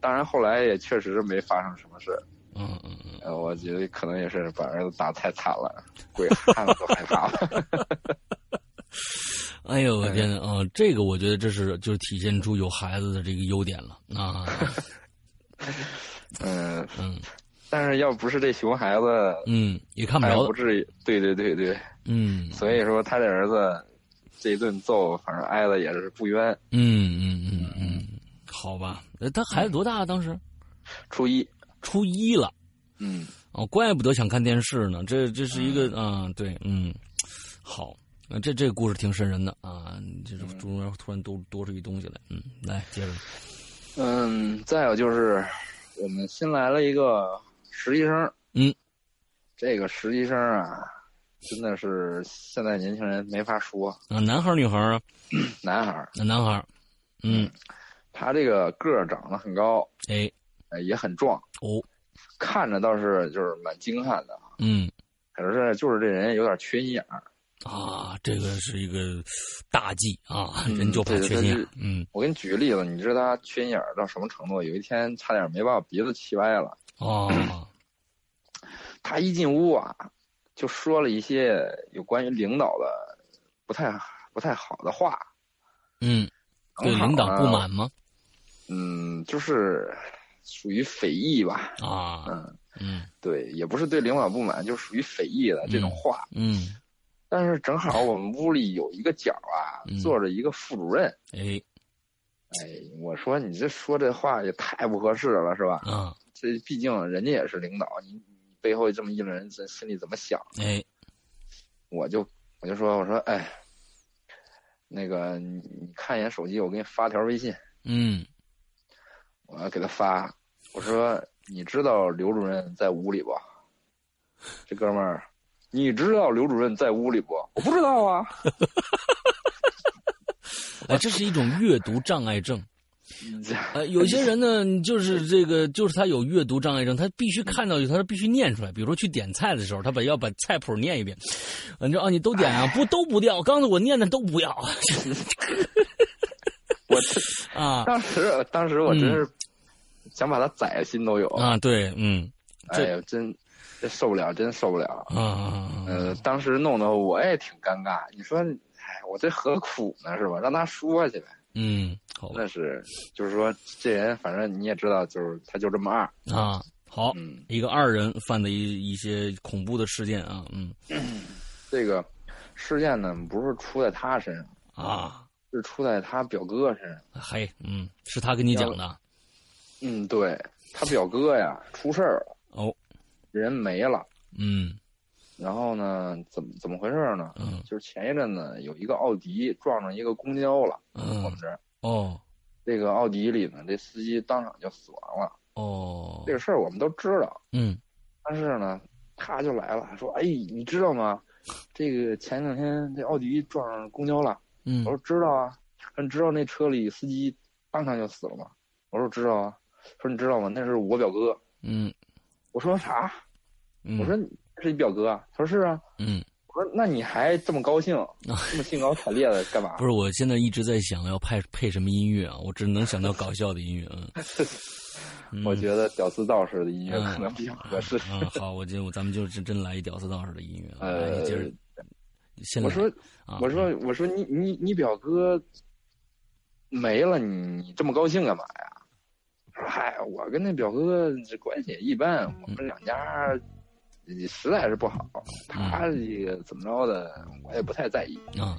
Speaker 3: 当然后来也确实没发生什么事儿。
Speaker 1: 嗯嗯嗯，
Speaker 3: 呃，我觉得可能也是把儿子打太惨了，鬼汉子都害怕了。
Speaker 1: 哎呦我天哪啊，这个我觉得这是就是体现出有孩子的这个优点了啊，
Speaker 3: 嗯，
Speaker 1: 嗯
Speaker 3: 但是要不是这熊孩子，
Speaker 1: 嗯，也看不
Speaker 3: 他也
Speaker 1: 着
Speaker 3: 哎不
Speaker 1: 的，
Speaker 3: 至于。对对对对。
Speaker 1: 嗯
Speaker 3: 所以说他这儿子这一顿揍，反正挨的也是不冤。
Speaker 1: 嗯嗯嗯嗯，好吧，呃他孩子多大啊？当时
Speaker 3: 初一，
Speaker 1: 初一了。
Speaker 3: 嗯，
Speaker 1: 哦，怪不得想看电视呢，这这是一个啊、对，嗯，好，呃这这个故事挺瘆人的啊，这是中间突然多多出一东西来，嗯，来接着，
Speaker 3: 嗯，再有就是我们新来了一个实习生，
Speaker 1: 嗯，
Speaker 3: 这个实习生啊，真的是现在年轻人没法说，
Speaker 1: 啊，男孩儿女孩儿啊，
Speaker 3: 男孩儿，
Speaker 1: 啊男孩儿，嗯，
Speaker 3: 他这个个儿长得很高，
Speaker 1: 哎，
Speaker 3: 呃也很壮，
Speaker 1: 哦，
Speaker 3: 看着倒是就是蛮精悍的，
Speaker 1: 嗯，
Speaker 3: 可是就是这人有点缺心眼儿。
Speaker 1: 啊，这个是一个大忌啊，
Speaker 3: 嗯
Speaker 1: 人就怕
Speaker 3: 对
Speaker 1: 缺
Speaker 3: 他
Speaker 1: 心眼
Speaker 3: 是
Speaker 1: 儿，嗯，
Speaker 3: 我给你举个例子，你知道他缺心眼儿到什么程度？有一天差点没把我鼻子气歪了。
Speaker 1: 哦，
Speaker 3: 他一进屋啊，就说了一些有关于领导的不太不太好的话。
Speaker 1: 嗯，对
Speaker 3: 正好啊
Speaker 1: 领导
Speaker 3: 呢
Speaker 1: 不满？吗？
Speaker 3: 嗯，就是属于非议吧。
Speaker 1: 啊，
Speaker 3: 嗯，
Speaker 1: 嗯
Speaker 3: 对，也不是对领导不满，就是属于非议的这种话。
Speaker 1: 嗯，
Speaker 3: 但是正好我们屋里有一个角啊，
Speaker 1: 嗯
Speaker 3: 坐着一个副主任。
Speaker 1: 哎，
Speaker 3: 哎，我说你这说这话也太不合适了，是吧？
Speaker 1: 啊，
Speaker 3: 这毕竟人家也是领导，你你背后这么议论人，这心里怎么想？
Speaker 1: 哎，
Speaker 3: 我就我就说我说哎，那个你你看一眼手机，我给你发条微信，
Speaker 1: 嗯，
Speaker 3: 我要给他发，我说你知道刘主任在屋里不？这哥们儿，你知道刘主任在屋里不？我不知道啊。
Speaker 1: 哎，这是一种阅读障碍症。
Speaker 3: 这
Speaker 1: 呃，有些人呢，你就是这个，就是他有阅读障碍症，他必须看到，他必须念出来。比如说去点菜的时候，他把要把菜谱念一遍，啊，你说啊，你都点
Speaker 3: 哎
Speaker 1: 啊，不都不掉，刚才我念的都不要
Speaker 3: 我
Speaker 1: 啊
Speaker 3: 当时当时我真是想把他宰了，心都有。
Speaker 1: 啊，对，嗯
Speaker 3: 哎呀，真真受不了，真受不了。
Speaker 1: 啊啊啊
Speaker 3: 呃，当时弄得我也挺尴尬。你说，哎，我这何苦呢？是吧？让他说去呗。
Speaker 1: 嗯，好吧
Speaker 3: 那是，就是说这人，反正你也知道，就是他就这么二。
Speaker 1: 啊，好，
Speaker 3: 嗯，
Speaker 1: 一个二人犯的一一些恐怖的事件啊，嗯
Speaker 3: 这个事件呢，不是出在他身上，
Speaker 1: 啊，
Speaker 3: 是出在他表哥身上。
Speaker 1: 嘿，嗯，是他跟你讲的啊
Speaker 3: 嗯，对他表哥呀，出事儿了，
Speaker 1: 哦，
Speaker 3: 人没了。
Speaker 1: 嗯
Speaker 3: 然后呢，怎么怎么回事呢？
Speaker 1: 嗯
Speaker 3: 就是前一阵子有一个奥迪撞上一个公交了，我
Speaker 1: 嗯
Speaker 3: 们，这儿
Speaker 1: 哦
Speaker 3: 这个奥迪里呢，这司机当场就死亡了。
Speaker 1: 哦
Speaker 3: 这，个事儿我们都知道，
Speaker 1: 嗯
Speaker 3: 但是呢，他就来了，说：“哎，你知道吗？这个前两天这奥迪撞上公交了。”
Speaker 1: 嗯
Speaker 3: 我说：“知道啊。”说：“你知道那车里司机当场就死了吗？”我说：“知道啊。”说：“你知道吗？那是我表哥。
Speaker 1: 嗯”
Speaker 3: 我说：“啥？”
Speaker 1: 嗯，
Speaker 3: 我说：“你是你表哥啊？”他说：“是啊。
Speaker 1: 嗯”
Speaker 3: 我说那你还这么高 兴，这么兴高采烈的干嘛？
Speaker 1: 不是，我现在一直在想要配配什么音乐啊，我只能想到搞笑的音乐。 嗯，
Speaker 3: 我觉得屌丝道士的音乐可能比较合适。
Speaker 1: 嗯，嗯好，我就咱们就真真来一屌丝道士的音乐。
Speaker 3: 呃，
Speaker 1: 接着，先来
Speaker 3: 我说，
Speaker 1: 啊
Speaker 3: 我说，我说你你你表哥没了，你你这么高兴干嘛呀？说嗨，我跟那表哥这关系也一般，我
Speaker 1: 嗯
Speaker 3: 们两家也实在是不好。他
Speaker 1: 嗯
Speaker 3: 这个怎么着的，我也不太在意。
Speaker 1: 啊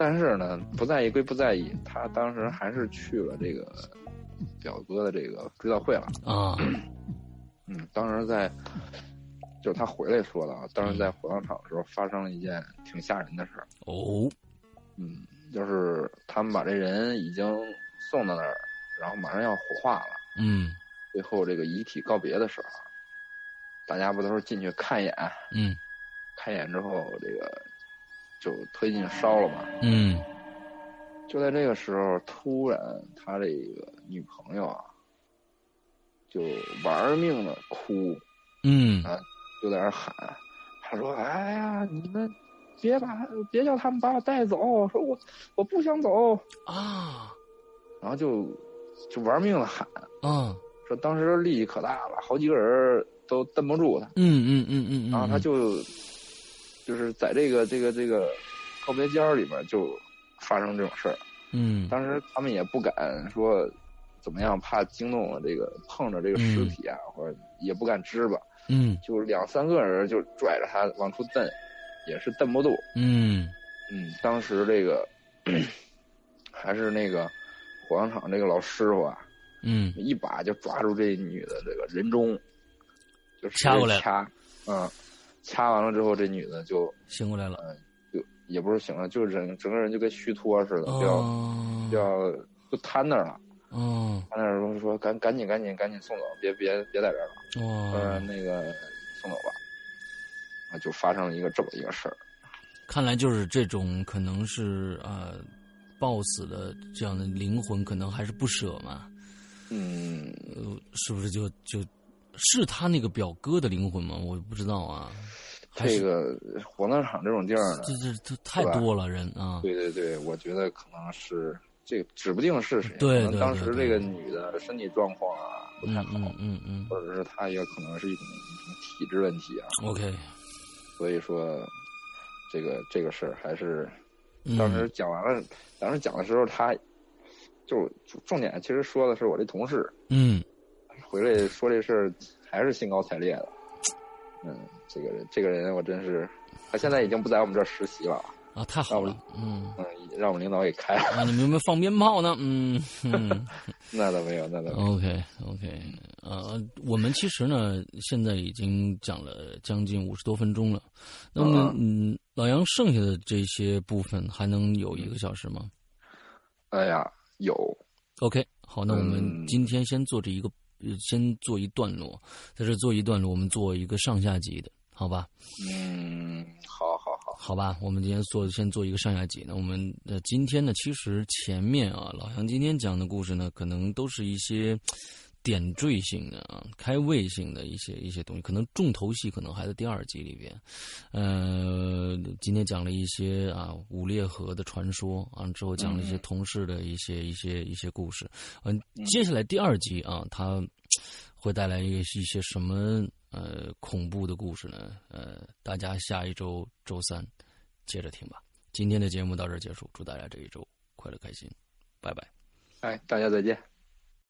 Speaker 3: 但是呢，不在意归不在意，他当时还是去了这个表哥的这个追悼会了。
Speaker 1: 啊
Speaker 3: 嗯，当时在，就是他回来说的啊，当时在火葬场的时候发生了一件挺吓人的事儿。
Speaker 1: 哦
Speaker 3: 嗯，就是他们把这人已经送到那儿，然后马上要火化了。
Speaker 1: 嗯
Speaker 3: 最后这个遗体告别的时候，大家不都是进去看一眼，
Speaker 1: 嗯
Speaker 3: 看一眼之后，这个就推进烧了嘛。
Speaker 1: 嗯
Speaker 3: 就在这个时候，突然他这个女朋友啊，就玩命的哭，
Speaker 1: 嗯
Speaker 3: 就在那儿喊，他说：“哎呀，你们别把别叫他们把我带走，说我我不想走。
Speaker 1: 啊”
Speaker 3: 然后就就玩命的喊，
Speaker 1: 啊
Speaker 3: 说当时力气可大了，好几个人都蹬不住他。
Speaker 1: 嗯嗯嗯嗯嗯，
Speaker 3: 然后他就就是在这个这个这个告别间儿里面就发生这种事儿。
Speaker 1: 嗯
Speaker 3: 当时他们也不敢说怎么样，怕惊动了这个碰着这个尸体啊，或者也不敢支吧，
Speaker 1: 嗯
Speaker 3: 就两三个人就拽着他往出蹬，也是蹬不动。
Speaker 1: 嗯
Speaker 3: 嗯，当时这个还是那个火葬场这个老师傅啊，
Speaker 1: 嗯
Speaker 3: 一把就抓住这女的这个人中，就直接
Speaker 1: 掐过来了
Speaker 3: 掐，嗯，掐完了之后，这女的就
Speaker 1: 醒过来了，
Speaker 3: 就也不是醒了，就是整整个人就跟虚脱似的，呃就要、
Speaker 1: 哦
Speaker 3: 就要就瘫那儿了，
Speaker 1: 哦
Speaker 3: 瘫那儿说说赶赶紧赶紧赶紧送走，别别别在这儿了，呃
Speaker 1: 哇，
Speaker 3: 那个送走吧，啊，就发生了一个这么一个事儿，
Speaker 1: 看来就是这种可能是呃暴死的这样的灵魂，可能还是不舍嘛，
Speaker 3: 嗯，
Speaker 1: 呃，是不是就就是他那个表哥的灵魂吗？我不知道啊，还
Speaker 3: 这
Speaker 1: 是
Speaker 3: 个火葬场这种地儿呢，
Speaker 1: 这这这太多了人啊，
Speaker 3: 对对对，我觉得可能是这个，指不定是谁，
Speaker 1: 对
Speaker 3: 可
Speaker 1: 对
Speaker 3: 能当时
Speaker 1: 对
Speaker 3: 这
Speaker 1: 对
Speaker 3: 个女的身体状况啊不
Speaker 1: 嗯
Speaker 3: 太好，
Speaker 1: 嗯嗯嗯
Speaker 3: 或者是她也可能是一种一种体质问题啊，
Speaker 1: ，OK，
Speaker 3: 所以说这个这个事儿还是
Speaker 1: 嗯
Speaker 3: 当时讲完了，当时讲的时候他就重点其实说的是我这同事
Speaker 1: 嗯
Speaker 3: 回来说这事儿还是兴高采烈的，嗯，这个人这个人我真是，他现在已经不在我们这儿实习了，
Speaker 1: 啊太好了，嗯。
Speaker 3: 嗯，让我们领导给开了，
Speaker 1: 啊，你们有没有放鞭炮呢？嗯，嗯
Speaker 3: 那倒没有，那倒没有，
Speaker 1: OK OK，呃，我们其实呢，现在已经讲了将近五十多分钟了。那么，嗯，老杨剩下的这些部分还能有一个小时吗
Speaker 3: 哎呀，有，
Speaker 1: ？OK，好，那我们
Speaker 3: 嗯
Speaker 1: 今天先做这一个，呃先做一段落，在这做一段落，我们做一个上下集的，好吧？
Speaker 3: 嗯，好好好，
Speaker 1: 好吧，我们今天做先做一个上下集。那我们呃，今天呢，其实前面啊，老杨今天讲的故事呢，可能都是一些嘖点缀性的啊、开胃性的一些一些东西，可能重头戏可能还在第二集里边。呃，今天讲了一些啊五裂河的传说啊，之后讲了一些
Speaker 3: 嗯
Speaker 1: 同事的一些一些一些故事。嗯，接下来第二集啊，它会带来一个一些什么呃恐怖的故事呢？呃，大家下一周周三接着听吧。今天的节目到这儿结束，祝大家这一周快乐开心，拜拜。
Speaker 3: 哎，大家再见。